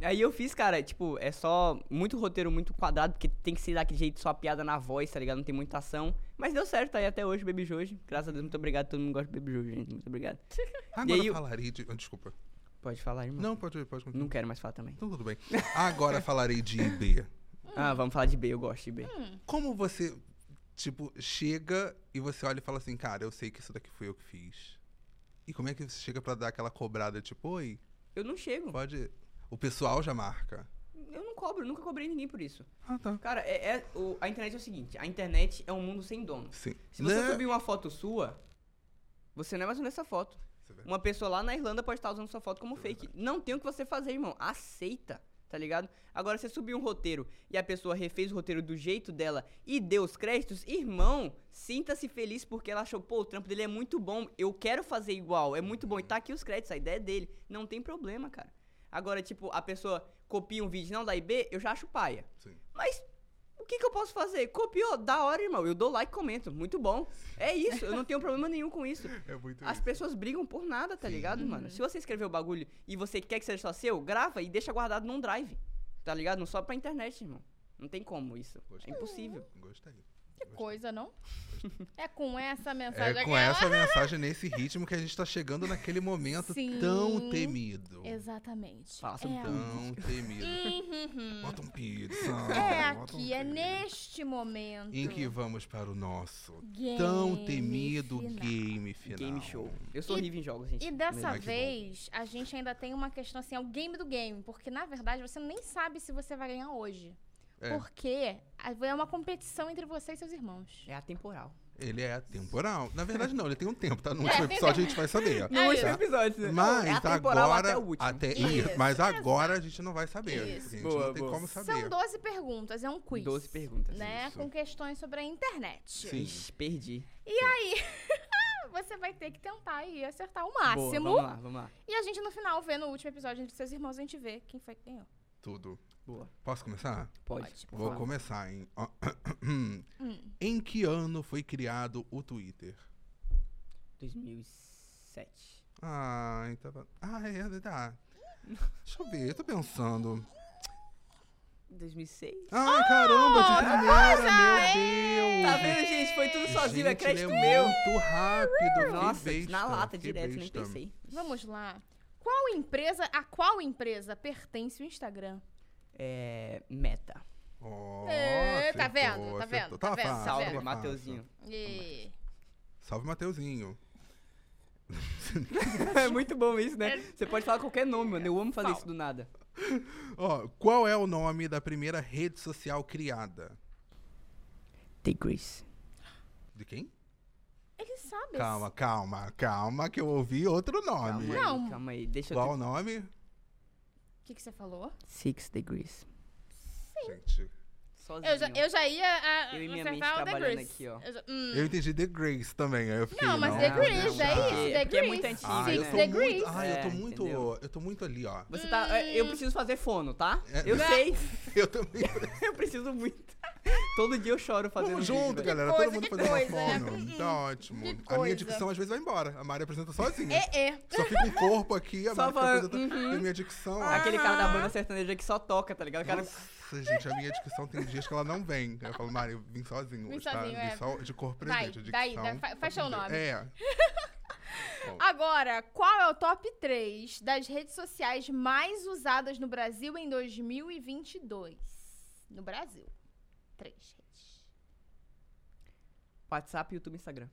[SPEAKER 3] Aí eu fiz, cara, tipo, é só muito roteiro, muito quadrado, porque tem que ser daquele jeito só a piada na voz, tá ligado? Não tem muita ação. Mas deu certo, tá aí até hoje, Baby Jojo. Graças a Deus, muito obrigado. Todo mundo gosta de Baby Jojo, gente. Muito obrigado.
[SPEAKER 2] Agora
[SPEAKER 3] aí Hum. o-
[SPEAKER 2] falarei de. ah, Desculpa.
[SPEAKER 3] Pode falar, irmão.
[SPEAKER 2] Não, pode, pode
[SPEAKER 3] Não
[SPEAKER 2] continuar.
[SPEAKER 3] quero mais falar também.
[SPEAKER 2] Então tudo bem. Agora falarei de IB.
[SPEAKER 3] Ah, vamos falar de B, eu gosto de B.
[SPEAKER 2] Hum. Como você, tipo, chega e você olha e fala assim, cara, eu sei que isso daqui foi eu que fiz. E como é que você chega pra dar aquela cobrada, tipo, oi,
[SPEAKER 3] Eu não chego.
[SPEAKER 2] pode. O pessoal já marca.
[SPEAKER 3] Eu não cobro, nunca cobrei ninguém por isso.
[SPEAKER 2] Ah, tá.
[SPEAKER 3] Cara, é, é- o- a internet é o seguinte: a internet é um mundo sem dono.
[SPEAKER 2] Sim.
[SPEAKER 3] Se você
[SPEAKER 2] Né?
[SPEAKER 3] subir uma foto sua, você não é mais um dessa foto.
[SPEAKER 2] Isso é verdade.
[SPEAKER 3] Uma pessoa lá na Irlanda pode estar usando sua foto como fake. Não tem o que você fazer, irmão. Aceita, tá ligado? Agora, você subiu um roteiro e a pessoa refez o roteiro do jeito dela e deu os créditos, irmão, sinta-se feliz porque ela achou, pô, o trampo dele é muito bom, eu quero fazer igual, é muito bom. E tá aqui os créditos, a ideia é dele. Não tem problema, cara. Agora, tipo, a pessoa copia um vídeo não dá IB, eu já acho paia.
[SPEAKER 2] Sim.
[SPEAKER 3] Mas o que, que eu posso fazer? Copiou, da hora, irmão. Eu dou like e comento. Muito bom. É isso, eu não tenho problema nenhum com isso.
[SPEAKER 2] É muito
[SPEAKER 3] As
[SPEAKER 2] isso.
[SPEAKER 3] pessoas brigam por nada, tá ligado,
[SPEAKER 1] Uhum.
[SPEAKER 3] mano? Se você escreveu o bagulho e você quer que seja só seu, grava e deixa guardado num drive. Tá ligado? Não só pra internet, irmão. Não tem como isso.
[SPEAKER 2] Gostei.
[SPEAKER 3] É impossível.
[SPEAKER 2] Gostei.
[SPEAKER 1] Que coisa, não? É com essa mensagem
[SPEAKER 2] É com
[SPEAKER 1] aquela-
[SPEAKER 2] essa mensagem nesse ritmo que a gente tá chegando naquele momento
[SPEAKER 1] Sim.
[SPEAKER 2] tão temido.
[SPEAKER 1] Exatamente.
[SPEAKER 3] Fala sobre
[SPEAKER 1] é
[SPEAKER 3] tudo.
[SPEAKER 2] Tipo, um Tão temido.
[SPEAKER 1] Uhum.
[SPEAKER 2] Bota um pizza.
[SPEAKER 1] É aqui, é neste momento.
[SPEAKER 2] um Em que vamos para o nosso
[SPEAKER 1] Game
[SPEAKER 2] tão temido
[SPEAKER 1] final.
[SPEAKER 2] game final.
[SPEAKER 3] Game show. Eu sou
[SPEAKER 1] E-
[SPEAKER 3] horrível em jogos, gente.
[SPEAKER 1] E dessa
[SPEAKER 2] Ai, que bom.
[SPEAKER 1] vez, a gente ainda tem uma questão assim, é o game do game. Porque, na verdade, você nem sabe se você vai ganhar hoje.
[SPEAKER 2] É.
[SPEAKER 1] Porque a- é uma competição entre você e seus irmãos.
[SPEAKER 3] É atemporal.
[SPEAKER 2] Ele é temporal. Na verdade, não, ele tem um tempo, tá? No
[SPEAKER 1] É.
[SPEAKER 2] último episódio a gente vai saber.
[SPEAKER 3] No último
[SPEAKER 1] isso.
[SPEAKER 3] episódio. né?
[SPEAKER 2] Mas
[SPEAKER 3] é atemporal
[SPEAKER 2] agora.
[SPEAKER 3] até o último.
[SPEAKER 2] até-
[SPEAKER 1] Isso.
[SPEAKER 2] Ih, Mas agora a gente não vai saber.
[SPEAKER 1] Isso.
[SPEAKER 2] gente
[SPEAKER 3] Boa,
[SPEAKER 2] não tem
[SPEAKER 3] boa.
[SPEAKER 2] como
[SPEAKER 1] São
[SPEAKER 2] saber.
[SPEAKER 1] 12 perguntas, é um quiz.
[SPEAKER 3] 12 perguntas.
[SPEAKER 1] Né?
[SPEAKER 2] isso.
[SPEAKER 1] Com questões sobre a internet.
[SPEAKER 2] Sim.
[SPEAKER 3] Ixi, perdi.
[SPEAKER 1] Você vai ter que tentar e acertar o
[SPEAKER 3] Boa,
[SPEAKER 1] máximo.
[SPEAKER 3] vamos lá, vamos lá.
[SPEAKER 1] e a gente, no final, vê no último episódio entre seus irmãos, a gente vê quem foi que ganhou.
[SPEAKER 2] Tudo.
[SPEAKER 3] Boa.
[SPEAKER 2] Posso começar?
[SPEAKER 3] Pode.
[SPEAKER 1] Pode.
[SPEAKER 3] por
[SPEAKER 2] Vou
[SPEAKER 3] favor.
[SPEAKER 2] começar, hein? Ó,
[SPEAKER 3] Hum.
[SPEAKER 2] Em que ano foi criado o Twitter?
[SPEAKER 3] 2007.
[SPEAKER 2] Ai, tava. Ah, é, tá. Deixa eu ver, eu tô pensando.
[SPEAKER 3] 2006?
[SPEAKER 2] Ah, caramba, de primeira, meu Deus!
[SPEAKER 3] Tá vendo, gente? Foi tudo sozinho,
[SPEAKER 2] Gente,
[SPEAKER 3] é
[SPEAKER 2] ele
[SPEAKER 3] crédito
[SPEAKER 2] é
[SPEAKER 3] meu.
[SPEAKER 2] muito rápido, né? que
[SPEAKER 3] Nossa,
[SPEAKER 2] besta,
[SPEAKER 3] na
[SPEAKER 2] que
[SPEAKER 3] lata direto, nem
[SPEAKER 2] besta.
[SPEAKER 3] pensei.
[SPEAKER 1] Vamos lá. Qual empresa, a qual empresa pertence o Instagram?
[SPEAKER 3] É. Meta.
[SPEAKER 2] Ó,
[SPEAKER 1] É, tá
[SPEAKER 2] acertou,
[SPEAKER 1] vendo, tá
[SPEAKER 2] acertou.
[SPEAKER 1] vendo,
[SPEAKER 2] Tava
[SPEAKER 1] tá vendo, tá vendo.
[SPEAKER 2] fácil, tava
[SPEAKER 3] Salve,
[SPEAKER 2] fácil.
[SPEAKER 3] Mateuzinho.
[SPEAKER 1] E...
[SPEAKER 2] Salve, Mateuzinho.
[SPEAKER 3] é muito bom isso, né? Você pode falar qualquer nome, mano. Eu amo fazer
[SPEAKER 1] Fala.
[SPEAKER 3] isso do nada.
[SPEAKER 2] Ó, qual é o nome da primeira rede social criada?
[SPEAKER 3] Tigris.
[SPEAKER 2] De quem?
[SPEAKER 1] Ele sabe.
[SPEAKER 2] Calma, calma, calma, que eu ouvi outro nome.
[SPEAKER 3] Calma
[SPEAKER 1] Não.
[SPEAKER 3] aí, calma aí. Deixa
[SPEAKER 2] Qual
[SPEAKER 3] eu.
[SPEAKER 2] o nome?
[SPEAKER 1] O que, que você falou?
[SPEAKER 3] Six Degrees.
[SPEAKER 2] Gente,
[SPEAKER 3] Sozinho.
[SPEAKER 1] Eu já, eu já ia a,
[SPEAKER 3] Eu e minha
[SPEAKER 1] acertar
[SPEAKER 3] mente
[SPEAKER 1] o The
[SPEAKER 3] trabalhando
[SPEAKER 1] Grease.
[SPEAKER 3] aqui, ó.
[SPEAKER 1] Eu já- hum.
[SPEAKER 2] eu entendi The Grace também, aí eu fiquei...
[SPEAKER 1] Não, mas
[SPEAKER 3] não,
[SPEAKER 1] The
[SPEAKER 3] não,
[SPEAKER 1] Grease, é
[SPEAKER 2] tá.
[SPEAKER 1] isso,
[SPEAKER 3] Porque-
[SPEAKER 1] The
[SPEAKER 3] porque é muito
[SPEAKER 1] Grease.
[SPEAKER 3] antigo,
[SPEAKER 2] Ah,
[SPEAKER 1] Six
[SPEAKER 2] eu
[SPEAKER 3] né?
[SPEAKER 2] sou
[SPEAKER 1] The
[SPEAKER 2] muito...
[SPEAKER 1] Grease.
[SPEAKER 2] Ah, eu tô
[SPEAKER 3] É,
[SPEAKER 2] muito...
[SPEAKER 3] entendeu?
[SPEAKER 2] Eu tô muito ali, ó.
[SPEAKER 3] Você tá. Eu preciso fazer fono, tá?
[SPEAKER 2] É.
[SPEAKER 3] Eu
[SPEAKER 2] Não.
[SPEAKER 3] sei.
[SPEAKER 2] Eu também...
[SPEAKER 3] Eu preciso muito. Todo dia eu choro fazendo
[SPEAKER 2] Vamos
[SPEAKER 3] vídeo,
[SPEAKER 2] junto,
[SPEAKER 3] velho.
[SPEAKER 2] galera.
[SPEAKER 1] coisa,
[SPEAKER 2] Todo mundo
[SPEAKER 1] que
[SPEAKER 2] fazendo uma
[SPEAKER 1] coisa, né?
[SPEAKER 2] fono.
[SPEAKER 1] Hum,
[SPEAKER 2] Tá ótimo.
[SPEAKER 1] que
[SPEAKER 2] A minha
[SPEAKER 1] coisa.
[SPEAKER 2] dicção às vezes vai embora. A Mari apresenta sozinha.
[SPEAKER 1] É, Uhum. é.
[SPEAKER 2] Só fica um corpo aqui, a
[SPEAKER 3] Só
[SPEAKER 2] Mari fica
[SPEAKER 3] falando,
[SPEAKER 2] apresentando. E a minha dicção...
[SPEAKER 1] Ah,
[SPEAKER 2] ó.
[SPEAKER 3] Aquele cara da banda sertaneja que só toca, tá ligado? O cara...
[SPEAKER 2] Nossa, gente, a minha dicção tem dias que ela não vem. Eu falo, Mari, eu vim sozinho.
[SPEAKER 1] Vim
[SPEAKER 2] hoje, tá?
[SPEAKER 1] sozinho, é.
[SPEAKER 2] Vim só de cor
[SPEAKER 1] Vai,
[SPEAKER 2] presente. a
[SPEAKER 1] daí,
[SPEAKER 2] dicção-
[SPEAKER 1] dá- fa- faz seu nome.
[SPEAKER 2] É.
[SPEAKER 1] Agora, qual é o top 3 das redes sociais mais usadas no Brasil em 2022? No Brasil. Três redes.
[SPEAKER 3] WhatsApp, YouTube, Instagram.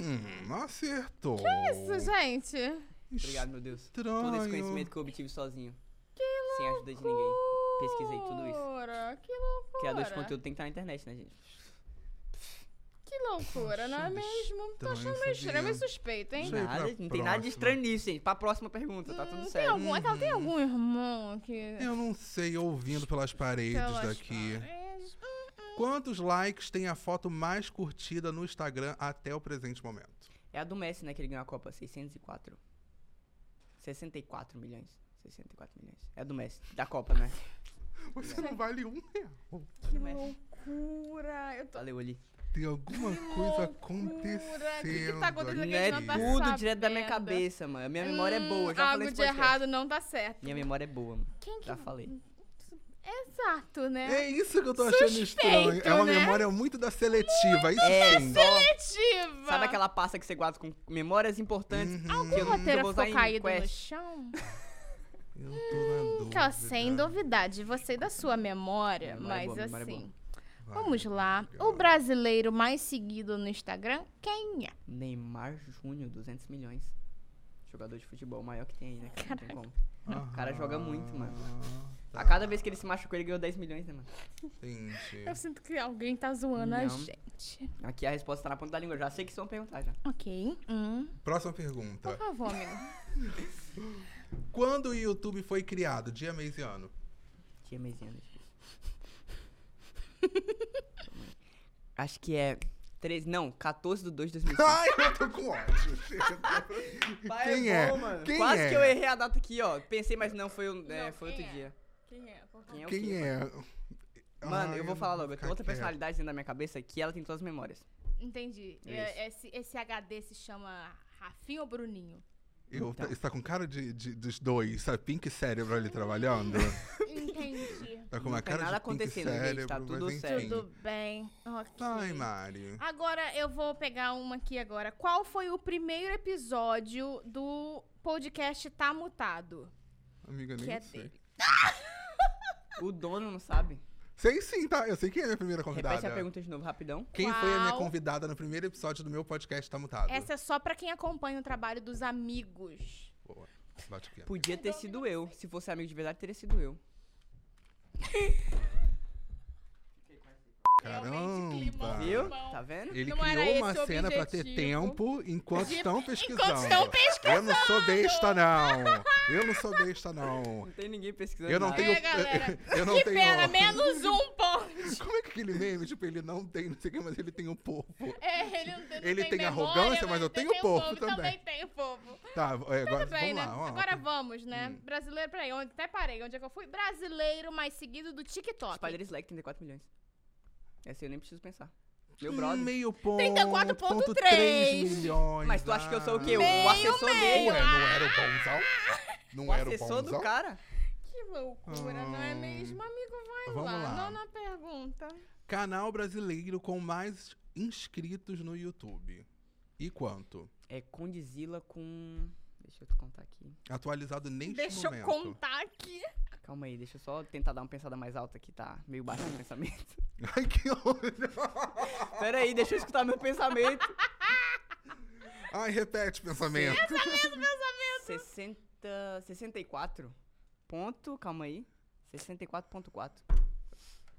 [SPEAKER 2] Hum, não acertou.
[SPEAKER 1] Isso, gente.
[SPEAKER 3] Obrigado, meu Deus.
[SPEAKER 2] Estranho.
[SPEAKER 3] Todo esse conhecimento que eu obtive sozinho. Sem a ajuda de ninguém. Pesquisei tudo isso.
[SPEAKER 1] Loucura, Que loucura.
[SPEAKER 3] Criador de conteúdo tem que estar na internet, né, gente?
[SPEAKER 1] Que loucura, não é
[SPEAKER 2] Achando
[SPEAKER 1] mesmo? Tô
[SPEAKER 2] estranho,
[SPEAKER 1] achando meio estranho,
[SPEAKER 2] sabia?
[SPEAKER 1] meio suspeito, hein?
[SPEAKER 2] Isso aí,
[SPEAKER 3] Nada,
[SPEAKER 2] pra
[SPEAKER 3] não tem nada de
[SPEAKER 2] próxima.
[SPEAKER 3] estranho nisso, gente. Pra próxima pergunta, tá tudo
[SPEAKER 1] Tem
[SPEAKER 3] certo.
[SPEAKER 1] algum, é que ela tem algum irmão que...
[SPEAKER 2] Eu não sei, ouvindo pelas paredes
[SPEAKER 1] Pelas
[SPEAKER 2] daqui.
[SPEAKER 1] paredes.
[SPEAKER 2] Quantos likes tem a foto mais curtida no Instagram até o presente momento?
[SPEAKER 3] É a do Messi, né, que ele ganhou a Copa. 604. 64 milhões. 64 milhões. É a do Messi, da Copa, né?
[SPEAKER 2] Você não vale um real.
[SPEAKER 1] Que loucura. Eu tô...
[SPEAKER 3] Valeu ali.
[SPEAKER 2] Tem alguma coisa acontecendo.
[SPEAKER 1] O que que tá acontecendo aqui?
[SPEAKER 3] Não é
[SPEAKER 1] não tá
[SPEAKER 3] tudo
[SPEAKER 1] sabendo.
[SPEAKER 3] direto da minha cabeça, mano. A minha memória é boa.
[SPEAKER 1] Hum,
[SPEAKER 3] Já
[SPEAKER 1] algo
[SPEAKER 3] falei isso
[SPEAKER 1] de errado não tá certo.
[SPEAKER 3] Minha memória é boa, mano.
[SPEAKER 1] Quem que...
[SPEAKER 3] Já falei.
[SPEAKER 1] Exato, né?
[SPEAKER 2] É isso que eu tô achando estranho. É uma
[SPEAKER 1] né?
[SPEAKER 2] memória muito da seletiva. Isso
[SPEAKER 3] É,
[SPEAKER 2] sim.
[SPEAKER 3] só...
[SPEAKER 1] Ativa.
[SPEAKER 3] Sabe aquela pasta que você guarda com memórias importantes?
[SPEAKER 2] Uhum.
[SPEAKER 3] Algum
[SPEAKER 1] O roteiro ficou caído no chão?
[SPEAKER 2] Eu tô na dúvida.
[SPEAKER 1] Aquela sem duvidar de você e da sua memória,
[SPEAKER 3] Memória
[SPEAKER 1] mas
[SPEAKER 3] é boa, memória
[SPEAKER 1] assim...
[SPEAKER 2] Vai.
[SPEAKER 1] Vamos lá. O brasileiro mais seguido no Instagram, quem é?
[SPEAKER 3] Neymar Júnior, 200 milhões. Jogador de futebol maior que tem aí, né? cara? Não tem como. O cara joga muito, mano.
[SPEAKER 2] Ah,
[SPEAKER 3] A
[SPEAKER 2] tá,
[SPEAKER 3] cada vez que ele se machucou, ele ganhou 10 milhões, né, mano?
[SPEAKER 2] Entendi.
[SPEAKER 1] Eu sinto que alguém tá zoando a
[SPEAKER 3] Não.
[SPEAKER 1] gente.
[SPEAKER 3] Aqui a resposta tá na ponta da língua. Eu Já sei que vocês vão perguntar já.
[SPEAKER 1] Ok. Hum.
[SPEAKER 2] Próxima
[SPEAKER 1] Por
[SPEAKER 2] pergunta.
[SPEAKER 1] favor, amigo.
[SPEAKER 2] Quando o YouTube foi criado? Dia, mês e ano.
[SPEAKER 3] Tinha mesinha né? Acho que é 13. Não, 14 de 2 de 2005.
[SPEAKER 2] Ai, eu tô com ódio.
[SPEAKER 3] Pai,
[SPEAKER 2] Quem
[SPEAKER 3] é
[SPEAKER 2] é?
[SPEAKER 3] bom, mano.
[SPEAKER 2] Quem
[SPEAKER 3] Quase
[SPEAKER 2] é?
[SPEAKER 3] que eu errei a data aqui, ó. Pensei, mas não, foi, um- é,
[SPEAKER 1] Não,
[SPEAKER 3] foi
[SPEAKER 1] quem
[SPEAKER 3] outro
[SPEAKER 1] é?
[SPEAKER 3] dia.
[SPEAKER 1] Quem é? Por favor.
[SPEAKER 3] Quem é o
[SPEAKER 2] Quem
[SPEAKER 3] quê?
[SPEAKER 2] é?
[SPEAKER 3] Mano,
[SPEAKER 2] Ai,
[SPEAKER 3] eu vou falar
[SPEAKER 2] não
[SPEAKER 3] logo. Eu
[SPEAKER 2] vou
[SPEAKER 3] tenho
[SPEAKER 2] ficar
[SPEAKER 3] outra
[SPEAKER 2] quieto.
[SPEAKER 3] personalidade dentro da minha cabeça que ela tem todas as memórias.
[SPEAKER 1] Entendi.
[SPEAKER 3] É
[SPEAKER 1] É, Esse, esse HD se chama Rafinha ou Bruninho?
[SPEAKER 3] Então.
[SPEAKER 2] Eu, tá. Você tá com cara de, de- dos dois, sabe? Pink cérebro ali trabalhando.
[SPEAKER 1] Entendi.
[SPEAKER 2] Tá com uma
[SPEAKER 3] Não tem
[SPEAKER 2] cara
[SPEAKER 3] nada
[SPEAKER 2] de pink
[SPEAKER 3] acontecendo, gente,
[SPEAKER 2] cérebro,
[SPEAKER 3] tá tudo
[SPEAKER 2] mas enfim.
[SPEAKER 3] certo.
[SPEAKER 1] Tudo bem. Ok.
[SPEAKER 2] Ai, Mari.
[SPEAKER 1] Agora eu vou pegar uma aqui agora. Qual foi o primeiro episódio do podcast Tá Mutado?
[SPEAKER 2] Amiga,
[SPEAKER 1] Que
[SPEAKER 2] nem
[SPEAKER 1] é
[SPEAKER 2] sei.
[SPEAKER 1] dele.
[SPEAKER 3] O dono não sabe.
[SPEAKER 2] Sei sim, tá? Eu sei quem é a minha primeira
[SPEAKER 3] Repete a
[SPEAKER 2] convidada.
[SPEAKER 3] pergunta de novo, rapidão.
[SPEAKER 2] Quem foi a minha
[SPEAKER 1] Qual?
[SPEAKER 2] convidada no primeiro episódio do meu podcast Tá Mutado?
[SPEAKER 1] Essa é só pra quem acompanha o trabalho dos amigos.
[SPEAKER 2] Boa. Bate aqui.
[SPEAKER 3] Podia ter sido eu. Se fosse amigo de verdade, teria sido eu.
[SPEAKER 1] Realmente, climão,
[SPEAKER 2] Caramba.
[SPEAKER 3] Viu?
[SPEAKER 1] climão.
[SPEAKER 3] Tá vendo?
[SPEAKER 2] Ele
[SPEAKER 1] Não era
[SPEAKER 2] criou uma
[SPEAKER 1] esse o
[SPEAKER 2] cena pra ter
[SPEAKER 1] objetivo.
[SPEAKER 2] tempo enquanto
[SPEAKER 1] De-
[SPEAKER 2] estão
[SPEAKER 1] enquanto
[SPEAKER 2] pesquisando.
[SPEAKER 1] estão pesquisando.
[SPEAKER 2] Eu não sou besta, não. Eu não sou besta, não.
[SPEAKER 3] Não tem ninguém pesquisando.
[SPEAKER 2] Eu não
[SPEAKER 3] nada.
[SPEAKER 2] tenho.
[SPEAKER 1] É, galera.
[SPEAKER 2] Eu não
[SPEAKER 1] que
[SPEAKER 2] tenho.
[SPEAKER 1] pena, menos um ponto.
[SPEAKER 2] Como é que aquele meme, tipo, ele não tem, não sei o que, mas ele tem um povo.
[SPEAKER 1] É, ele não tem, não
[SPEAKER 2] Ele tem
[SPEAKER 1] memória,
[SPEAKER 2] arrogância, mas eu
[SPEAKER 1] ele
[SPEAKER 2] tenho
[SPEAKER 1] tem o
[SPEAKER 2] povo também.
[SPEAKER 1] Também tenho povo.
[SPEAKER 2] Tá, é, agora,
[SPEAKER 1] Tudo bem,
[SPEAKER 2] vamos
[SPEAKER 1] né?
[SPEAKER 2] lá. ó. Hum.
[SPEAKER 1] Agora vamos, né? Brasileiro, peraí, onde, até parei, onde é que eu fui? Brasileiro mais seguido do TikTok.
[SPEAKER 3] Spider Slack, 34 milhões. Essa eu nem preciso pensar. Meu
[SPEAKER 2] Hum,
[SPEAKER 3] brother.
[SPEAKER 2] Meio ponto.
[SPEAKER 1] 34,3.
[SPEAKER 2] 34,3 milhões.
[SPEAKER 3] Mas tu acha que eu sou o quê?
[SPEAKER 1] Meio,
[SPEAKER 3] o assessor
[SPEAKER 1] meio.
[SPEAKER 2] Ué,
[SPEAKER 3] dele.
[SPEAKER 2] não era o bonzão?
[SPEAKER 3] O
[SPEAKER 2] Não era o
[SPEAKER 3] assessor
[SPEAKER 2] bonzão?
[SPEAKER 3] do cara.
[SPEAKER 1] Que loucura, não é
[SPEAKER 2] Hum.
[SPEAKER 1] mesmo? Amigo, vai
[SPEAKER 2] Vamos lá.
[SPEAKER 1] Nona pergunta.
[SPEAKER 2] Canal brasileiro com mais inscritos no YouTube. E quanto?
[SPEAKER 3] É Condizila com. Deixa eu te contar aqui.
[SPEAKER 2] Atualizado neste
[SPEAKER 1] Deixa
[SPEAKER 2] momento.
[SPEAKER 1] eu contar aqui.
[SPEAKER 3] Calma aí, deixa eu só tentar dar uma pensada mais alta que tá meio baixo o pensamento.
[SPEAKER 2] Ai, que horror.
[SPEAKER 3] Pera aí, deixa eu escutar meu pensamento.
[SPEAKER 2] Ai, repete o pensamento.
[SPEAKER 3] 60, 64 ponto, calma aí. 64.4.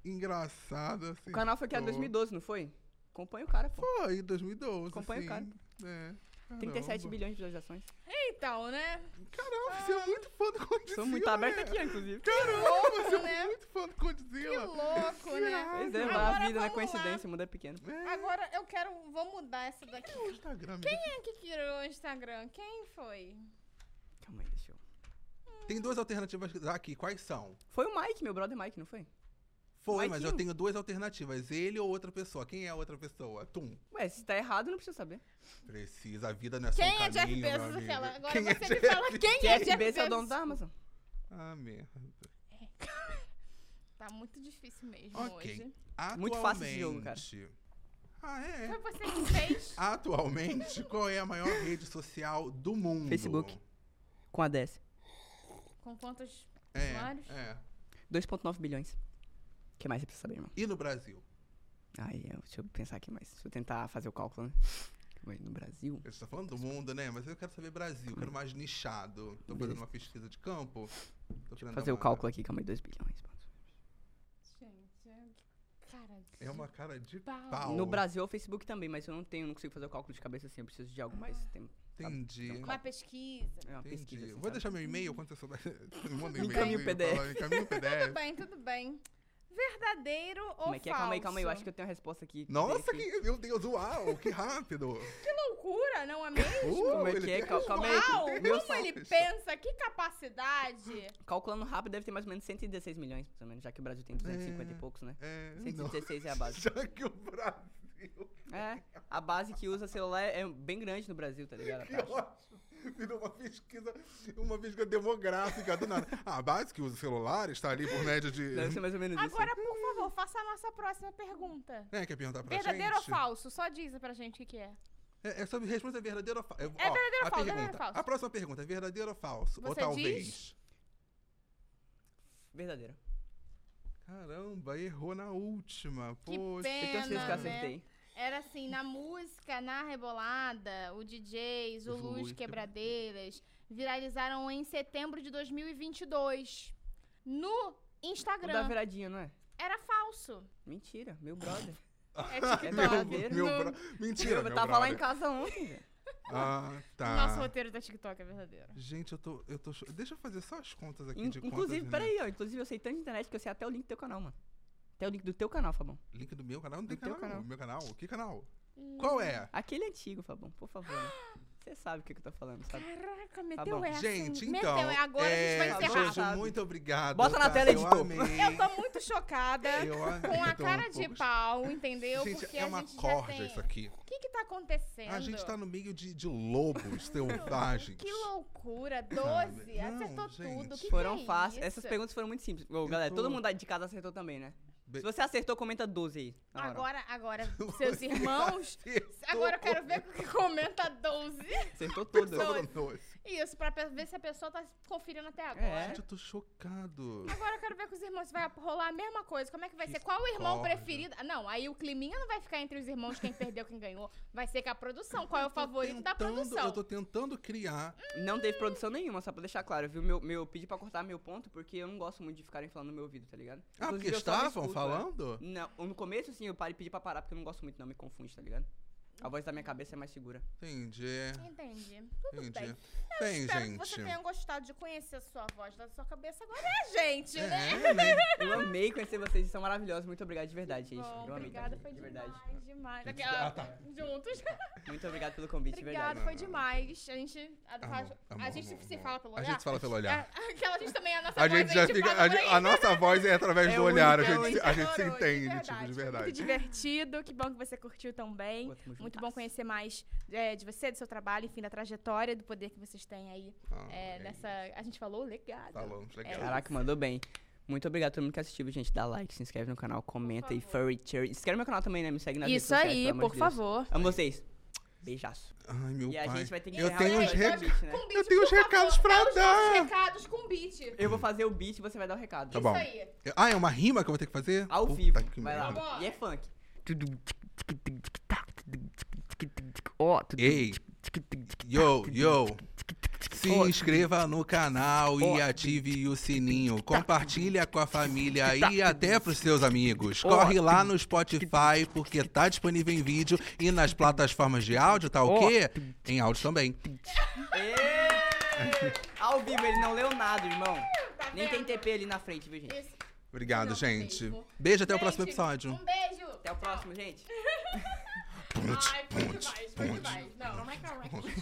[SPEAKER 2] Engraçado, assim.
[SPEAKER 3] O canal foi criado em 2012, não foi? Acompanha o cara, pô.
[SPEAKER 2] Foi, 2012.
[SPEAKER 3] Acompanha o
[SPEAKER 2] sim.
[SPEAKER 3] cara.
[SPEAKER 2] É. Caramba.
[SPEAKER 3] 37 bilhões de visualizações.
[SPEAKER 1] Então, né?
[SPEAKER 2] Caramba, você é muito fã do Condizila.
[SPEAKER 3] Sou muito aberta aqui, ó, inclusive.
[SPEAKER 2] Caramba, você é
[SPEAKER 1] né?
[SPEAKER 2] muito fã do
[SPEAKER 1] Que
[SPEAKER 2] Condizila.
[SPEAKER 1] louco, né?
[SPEAKER 3] Pois é,
[SPEAKER 1] Agora
[SPEAKER 3] a vida na
[SPEAKER 1] vamos lá.
[SPEAKER 3] coincidência, muda pequeno.
[SPEAKER 2] É,
[SPEAKER 1] Agora eu quero. Vou mudar essa daqui.
[SPEAKER 2] o Instagram.
[SPEAKER 1] Quem
[SPEAKER 2] mesmo.
[SPEAKER 1] é que criou o Instagram? Quem foi?
[SPEAKER 3] Calma aí, deixa eu.
[SPEAKER 2] Tem duas alternativas aqui. Quais são?
[SPEAKER 3] Foi o Mike, meu brother Mike, não foi?
[SPEAKER 2] Foi,
[SPEAKER 3] Mas
[SPEAKER 2] mas
[SPEAKER 1] um.
[SPEAKER 3] quem?
[SPEAKER 2] eu tenho duas alternativas. Ele ou outra pessoa. Quem é a outra pessoa? Tum.
[SPEAKER 3] Ué, se tá errado, não precisa saber.
[SPEAKER 2] Precisa, a vida não é só
[SPEAKER 1] Quem
[SPEAKER 2] um
[SPEAKER 1] é Jeff
[SPEAKER 2] caminho, meu
[SPEAKER 1] Bezos?
[SPEAKER 2] amigo.
[SPEAKER 1] Aquela? Agora
[SPEAKER 2] Quem é
[SPEAKER 1] você me
[SPEAKER 2] Jeff?
[SPEAKER 1] fala quem é
[SPEAKER 3] Jeff
[SPEAKER 1] Jeff
[SPEAKER 3] Bezos é o dono
[SPEAKER 1] Bezos.
[SPEAKER 3] da Amazon.
[SPEAKER 2] Ah, merda.
[SPEAKER 1] Tá muito difícil mesmo
[SPEAKER 2] Ok.
[SPEAKER 1] hoje.
[SPEAKER 2] Atualmente...
[SPEAKER 3] Muito fácil esse jogo, cara.
[SPEAKER 2] Ah, é?
[SPEAKER 1] Foi você que fez?
[SPEAKER 2] Atualmente, qual é a maior rede social do mundo?
[SPEAKER 3] Facebook. Com a 10.
[SPEAKER 1] Com quantos
[SPEAKER 2] É,
[SPEAKER 1] usuários?
[SPEAKER 2] é.
[SPEAKER 3] 2,9 bilhões. O que mais você precisa saber, irmão?
[SPEAKER 2] E no Brasil?
[SPEAKER 3] Ai, eu- deixa eu pensar aqui mais. Deixa eu tentar fazer o cálculo, né? Ué, No Brasil.
[SPEAKER 2] Eu estou falando do mundo, né? Mas eu quero saber Brasil, quero mais nichado. Tô fazendo
[SPEAKER 3] Beleza.
[SPEAKER 2] uma pesquisa de campo. Tô querendo
[SPEAKER 3] Fazer o
[SPEAKER 2] uma-
[SPEAKER 3] cálculo aqui, calma aí, 2 bilhões. pronto.
[SPEAKER 1] Gente, é- cara.
[SPEAKER 2] É uma cara de
[SPEAKER 1] Pau.
[SPEAKER 2] pau.
[SPEAKER 3] No Brasil é o Facebook também, mas eu não tenho, não consigo fazer o cálculo de cabeça assim, eu preciso de algo mais tempo. tá.
[SPEAKER 2] Entendi.
[SPEAKER 1] Uma pesquisa.
[SPEAKER 3] É uma
[SPEAKER 2] Entendi.
[SPEAKER 3] pesquisa. Assim,
[SPEAKER 2] Vou
[SPEAKER 3] sabe?
[SPEAKER 2] deixar meu e-mail quando eu souber. Me manda
[SPEAKER 3] Me
[SPEAKER 2] um
[SPEAKER 3] encaminha
[SPEAKER 2] e-mail.
[SPEAKER 3] o PDF.
[SPEAKER 2] fala, Me encaminha o
[SPEAKER 1] Tudo
[SPEAKER 2] PDF.
[SPEAKER 1] bem, tudo bem. Verdadeiro ou
[SPEAKER 3] Como é que é?
[SPEAKER 1] falso?
[SPEAKER 3] Calma aí, calma aí, eu acho que eu tenho a resposta aqui.
[SPEAKER 2] Nossa,
[SPEAKER 3] Tem aqui.
[SPEAKER 2] que, meu Deus, uau, que rápido.
[SPEAKER 1] Que loucura, não é mesmo?
[SPEAKER 2] Uh,
[SPEAKER 3] Como é
[SPEAKER 2] ele
[SPEAKER 3] que é?
[SPEAKER 2] tem-
[SPEAKER 3] Cal- Calma aí.
[SPEAKER 1] Uau,
[SPEAKER 3] que- Meu,
[SPEAKER 1] como ele pensa, que capacidade.
[SPEAKER 3] calculando rápido, deve ter mais ou menos 116 milhões, mais ou menos, já que o Brasil tem 250 e poucos, né?
[SPEAKER 2] É, não.
[SPEAKER 3] 116 é a base.
[SPEAKER 2] Já que o Brasil.
[SPEAKER 3] É, a base que usa celular é bem grande no Brasil, tá ligado?
[SPEAKER 2] Que ótimo. Virou uma pesquisa, uma pesquisa demográfica do nada. Ah, A base que usa celular está ali por média de.
[SPEAKER 3] Deve ser mais ou menos
[SPEAKER 1] Agora, por favor, faça a nossa próxima pergunta.
[SPEAKER 2] É, quer perguntar pra
[SPEAKER 1] Verdadeiro ou
[SPEAKER 2] gente?
[SPEAKER 1] falso? Só diz pra gente o que, que é.
[SPEAKER 2] É, é sobre resposta é verdadeiro ou falso. É, ó,
[SPEAKER 1] verdadeiro ou
[SPEAKER 2] a
[SPEAKER 1] falso,
[SPEAKER 2] pergunta.
[SPEAKER 1] verdadeiro ou falso?
[SPEAKER 2] A próxima pergunta é verdadeiro ou falso? ou
[SPEAKER 1] Você
[SPEAKER 2] talvez.
[SPEAKER 1] diz?
[SPEAKER 3] isso. Verdadeiro.
[SPEAKER 2] Caramba, errou na última.
[SPEAKER 1] Que pena.
[SPEAKER 2] Poxa.
[SPEAKER 3] Eu tenho certeza que eu
[SPEAKER 1] né?
[SPEAKER 3] acertei.
[SPEAKER 1] Era assim, na música, na rebolada, o DJ, o
[SPEAKER 2] Os
[SPEAKER 1] Luz
[SPEAKER 2] Luz
[SPEAKER 1] Quebradeiras viralizaram em setembro de 2022 no
[SPEAKER 3] O da
[SPEAKER 1] Instagram.
[SPEAKER 3] viradinha, não é?
[SPEAKER 1] Era falso.
[SPEAKER 3] Mentira, meu brother.
[SPEAKER 1] É
[SPEAKER 3] É
[SPEAKER 1] TikTok.
[SPEAKER 3] verdadeiro.
[SPEAKER 2] Meu
[SPEAKER 1] Não.
[SPEAKER 2] bra... Mentira,
[SPEAKER 3] eu
[SPEAKER 2] meu
[SPEAKER 3] tava lá em
[SPEAKER 2] brother.
[SPEAKER 3] casa ontem, velho.
[SPEAKER 2] Ah, tá.
[SPEAKER 1] Nosso roteiro da TikTok é verdadeiro.
[SPEAKER 2] Gente, eu tô, eu tô. cho- Deixa eu fazer só as contas né? aqui
[SPEAKER 3] In-
[SPEAKER 2] de
[SPEAKER 3] inclusive,
[SPEAKER 2] contas.
[SPEAKER 3] peraí, ó. Inclusive, eu sei tanto de internet que eu sei até o link do teu canal, mano. Até o link do teu canal, Fabão.
[SPEAKER 2] Link do meu canal? Não tem
[SPEAKER 3] Do teu
[SPEAKER 2] canal,
[SPEAKER 3] canal.
[SPEAKER 2] não. Meu canal? Que canal?
[SPEAKER 1] Hum.
[SPEAKER 2] Qual é?
[SPEAKER 3] Aquele antigo, Fabão, por favor. né? Você sabe o que, que eu tô falando, sabe?
[SPEAKER 1] Caraca,
[SPEAKER 3] bom.
[SPEAKER 1] meteu essa. hein?
[SPEAKER 2] Tá Gente,
[SPEAKER 1] É assim, meteu.
[SPEAKER 2] então.
[SPEAKER 1] Agora a
[SPEAKER 2] é,
[SPEAKER 1] gente vai
[SPEAKER 3] acabou.
[SPEAKER 1] encerrar.
[SPEAKER 2] Jojo, muito obrigado.
[SPEAKER 3] Bota na
[SPEAKER 2] tá?
[SPEAKER 3] tela,
[SPEAKER 2] Eu
[SPEAKER 3] editor.
[SPEAKER 2] amei.
[SPEAKER 1] Eu tô muito chocada
[SPEAKER 2] Eu amei,
[SPEAKER 1] com a
[SPEAKER 2] eu tô um
[SPEAKER 1] cara de
[SPEAKER 2] pouco-
[SPEAKER 1] pau, entendeu?
[SPEAKER 2] Gente,
[SPEAKER 1] Porque
[SPEAKER 2] é uma
[SPEAKER 1] a gente
[SPEAKER 2] corda
[SPEAKER 1] já tem...
[SPEAKER 2] isso aqui.
[SPEAKER 1] O que que tá acontecendo?
[SPEAKER 2] A gente tá no meio de, de lobos selvagens.
[SPEAKER 1] Que loucura, 12,
[SPEAKER 2] Sabe? Não,
[SPEAKER 1] acertou
[SPEAKER 2] gente.
[SPEAKER 1] tudo. Que que
[SPEAKER 3] Foram
[SPEAKER 1] é
[SPEAKER 3] fáceis.
[SPEAKER 1] isso?
[SPEAKER 3] Essas perguntas foram muito simples. Ô, galera,
[SPEAKER 2] tô-
[SPEAKER 3] todo mundo aí de casa acertou também, né?
[SPEAKER 2] Be-
[SPEAKER 3] Se você acertou, comenta 12 aí. na moral.
[SPEAKER 1] Agora, agora, seus irmãos.
[SPEAKER 2] acertou.
[SPEAKER 1] Agora eu quero ver que comenta 12.
[SPEAKER 3] Acertou tudo.
[SPEAKER 2] Sobrou dois.
[SPEAKER 1] Isso, pra pe- ver se a pessoa tá conferindo até agora.
[SPEAKER 3] É.
[SPEAKER 2] Gente, eu tô chocado.
[SPEAKER 1] Agora eu quero ver com os irmãos se vai rolar a mesma coisa. Como é que vai ser? Qual o irmão
[SPEAKER 2] Discórdia.
[SPEAKER 1] preferido? Ah, Não, aí o climinha não vai ficar entre os irmãos quem perdeu, quem ganhou. Vai ser com a produção. Qual é o favorito da
[SPEAKER 2] Tentando-
[SPEAKER 1] produção? Hum.
[SPEAKER 2] Eu tô tentando criar.
[SPEAKER 3] Não teve produção nenhuma, só pra deixar claro, viu? Meu, meu, eu pedi pra cortar meu ponto porque eu não gosto muito de ficarem falando no meu ouvido, tá ligado?
[SPEAKER 2] Ah,
[SPEAKER 3] Inclusive,
[SPEAKER 2] porque
[SPEAKER 3] eu só me
[SPEAKER 2] estavam
[SPEAKER 3] escuto. é.
[SPEAKER 2] falando?
[SPEAKER 3] Não, no começo sim, eu parei e pedi pra parar, porque eu não gosto muito, não, me confunde, tá ligado? A voz da minha cabeça é mais segura.
[SPEAKER 2] Entendi.
[SPEAKER 1] Entendi. Tudo
[SPEAKER 2] Entendi.
[SPEAKER 1] bem. Eu
[SPEAKER 2] Bem,
[SPEAKER 1] espero
[SPEAKER 2] gente.
[SPEAKER 1] que você tenha um gostado de conhecer a sua voz da sua cabeça. Agora é a gente, né?
[SPEAKER 2] É, né?
[SPEAKER 3] Eu amei conhecer vocês, vocês são maravilhosos. Muito obrigado de verdade, gente.
[SPEAKER 1] Bom,
[SPEAKER 3] eu amei, tá,
[SPEAKER 1] obrigada,
[SPEAKER 3] gente?
[SPEAKER 1] foi
[SPEAKER 3] de verdade.
[SPEAKER 1] demais, demais.
[SPEAKER 2] Gente,
[SPEAKER 1] Aquela-
[SPEAKER 2] ah, tá.
[SPEAKER 1] Juntos.
[SPEAKER 3] Muito obrigado pelo convite, de
[SPEAKER 1] Obrigada,
[SPEAKER 3] verdade.
[SPEAKER 1] foi demais. A gente. A,
[SPEAKER 2] Amor,
[SPEAKER 1] a
[SPEAKER 2] amor,
[SPEAKER 1] gente
[SPEAKER 2] amor,
[SPEAKER 1] se
[SPEAKER 2] amor.
[SPEAKER 1] fala pelo
[SPEAKER 2] tá A
[SPEAKER 1] olhar.
[SPEAKER 2] gente fala pelo olhar.
[SPEAKER 1] É, aquela a gente também, a nossa
[SPEAKER 2] A
[SPEAKER 1] voz,
[SPEAKER 2] gente já fica.
[SPEAKER 1] fala
[SPEAKER 2] A,
[SPEAKER 1] por
[SPEAKER 2] gente-
[SPEAKER 1] aí.
[SPEAKER 2] a nossa voz é através
[SPEAKER 3] É
[SPEAKER 2] do
[SPEAKER 3] única,
[SPEAKER 1] Então,
[SPEAKER 2] olhar. A
[SPEAKER 3] é
[SPEAKER 2] gente, se-
[SPEAKER 3] única.
[SPEAKER 2] a gente se
[SPEAKER 1] Adorou,
[SPEAKER 2] entende, tipo, de
[SPEAKER 1] Foi Muito
[SPEAKER 2] verdade.
[SPEAKER 1] divertido. Que bom que você curtiu também.
[SPEAKER 3] Pô, tamo
[SPEAKER 1] Muito
[SPEAKER 3] juntas.
[SPEAKER 1] bom conhecer mais é, de você, do seu trabalho, enfim, da trajetória, do poder que vocês têm aí.
[SPEAKER 2] Ah, Tá
[SPEAKER 1] é,
[SPEAKER 2] é
[SPEAKER 1] nessa. A gente falou legado.
[SPEAKER 2] Falamos, legal.
[SPEAKER 1] É.
[SPEAKER 3] Caraca, mandou bem. Muito obrigado a todo mundo que assistiu, gente. Dá like, se inscreve no canal, comenta aí.
[SPEAKER 1] favor.
[SPEAKER 3] Furry Cherry. Inscreve no meu canal também, né? Me segue na
[SPEAKER 1] Isso aí, por favor.
[SPEAKER 3] Amo vocês. Beijaço.
[SPEAKER 2] Ai, meu
[SPEAKER 3] E a
[SPEAKER 2] pai.
[SPEAKER 3] gente vai ter que
[SPEAKER 2] eu
[SPEAKER 3] encerrar
[SPEAKER 2] tenho
[SPEAKER 3] o
[SPEAKER 2] uns
[SPEAKER 3] episódio.
[SPEAKER 2] recados.
[SPEAKER 3] né?
[SPEAKER 1] Com beat,
[SPEAKER 2] Eu tenho os
[SPEAKER 1] por
[SPEAKER 2] recados
[SPEAKER 1] favor.
[SPEAKER 2] pra
[SPEAKER 1] Dá os
[SPEAKER 2] dar.
[SPEAKER 1] nossos recados com beat.
[SPEAKER 3] Eu vou fazer o beat e você vai dar o recado.
[SPEAKER 2] Tá bom.
[SPEAKER 1] Isso aí.
[SPEAKER 2] Ah, é uma rima que eu vou ter que fazer?
[SPEAKER 3] Ao
[SPEAKER 2] Puta
[SPEAKER 3] vivo.
[SPEAKER 2] que
[SPEAKER 3] Vai
[SPEAKER 2] merda.
[SPEAKER 3] lá.
[SPEAKER 1] Bora.
[SPEAKER 3] E é funk.
[SPEAKER 2] tá,
[SPEAKER 4] Ó,
[SPEAKER 2] Ei, yo, yo. Se inscreva no canal e ative o sininho.
[SPEAKER 3] Tá.
[SPEAKER 2] Compartilha com a família e até pros seus amigos. Corre lá no Spotify porque tá disponível em vídeo e nas plataformas de áudio, tá ok? Em áudio também.
[SPEAKER 3] Ê! Ao vivo, ele não leu nada, irmão.
[SPEAKER 1] Tá
[SPEAKER 3] Nem tem
[SPEAKER 1] vendo?
[SPEAKER 3] TP ali na frente, viu, gente?
[SPEAKER 1] Isso.
[SPEAKER 2] Obrigado,
[SPEAKER 1] Não,
[SPEAKER 2] gente.
[SPEAKER 1] mesmo.
[SPEAKER 2] Beijo até o próximo
[SPEAKER 1] Gente,
[SPEAKER 2] episódio.
[SPEAKER 1] Um beijo.
[SPEAKER 3] Até o próximo, gente.
[SPEAKER 1] Ai, foi demais, foi demais. Não, não é calma.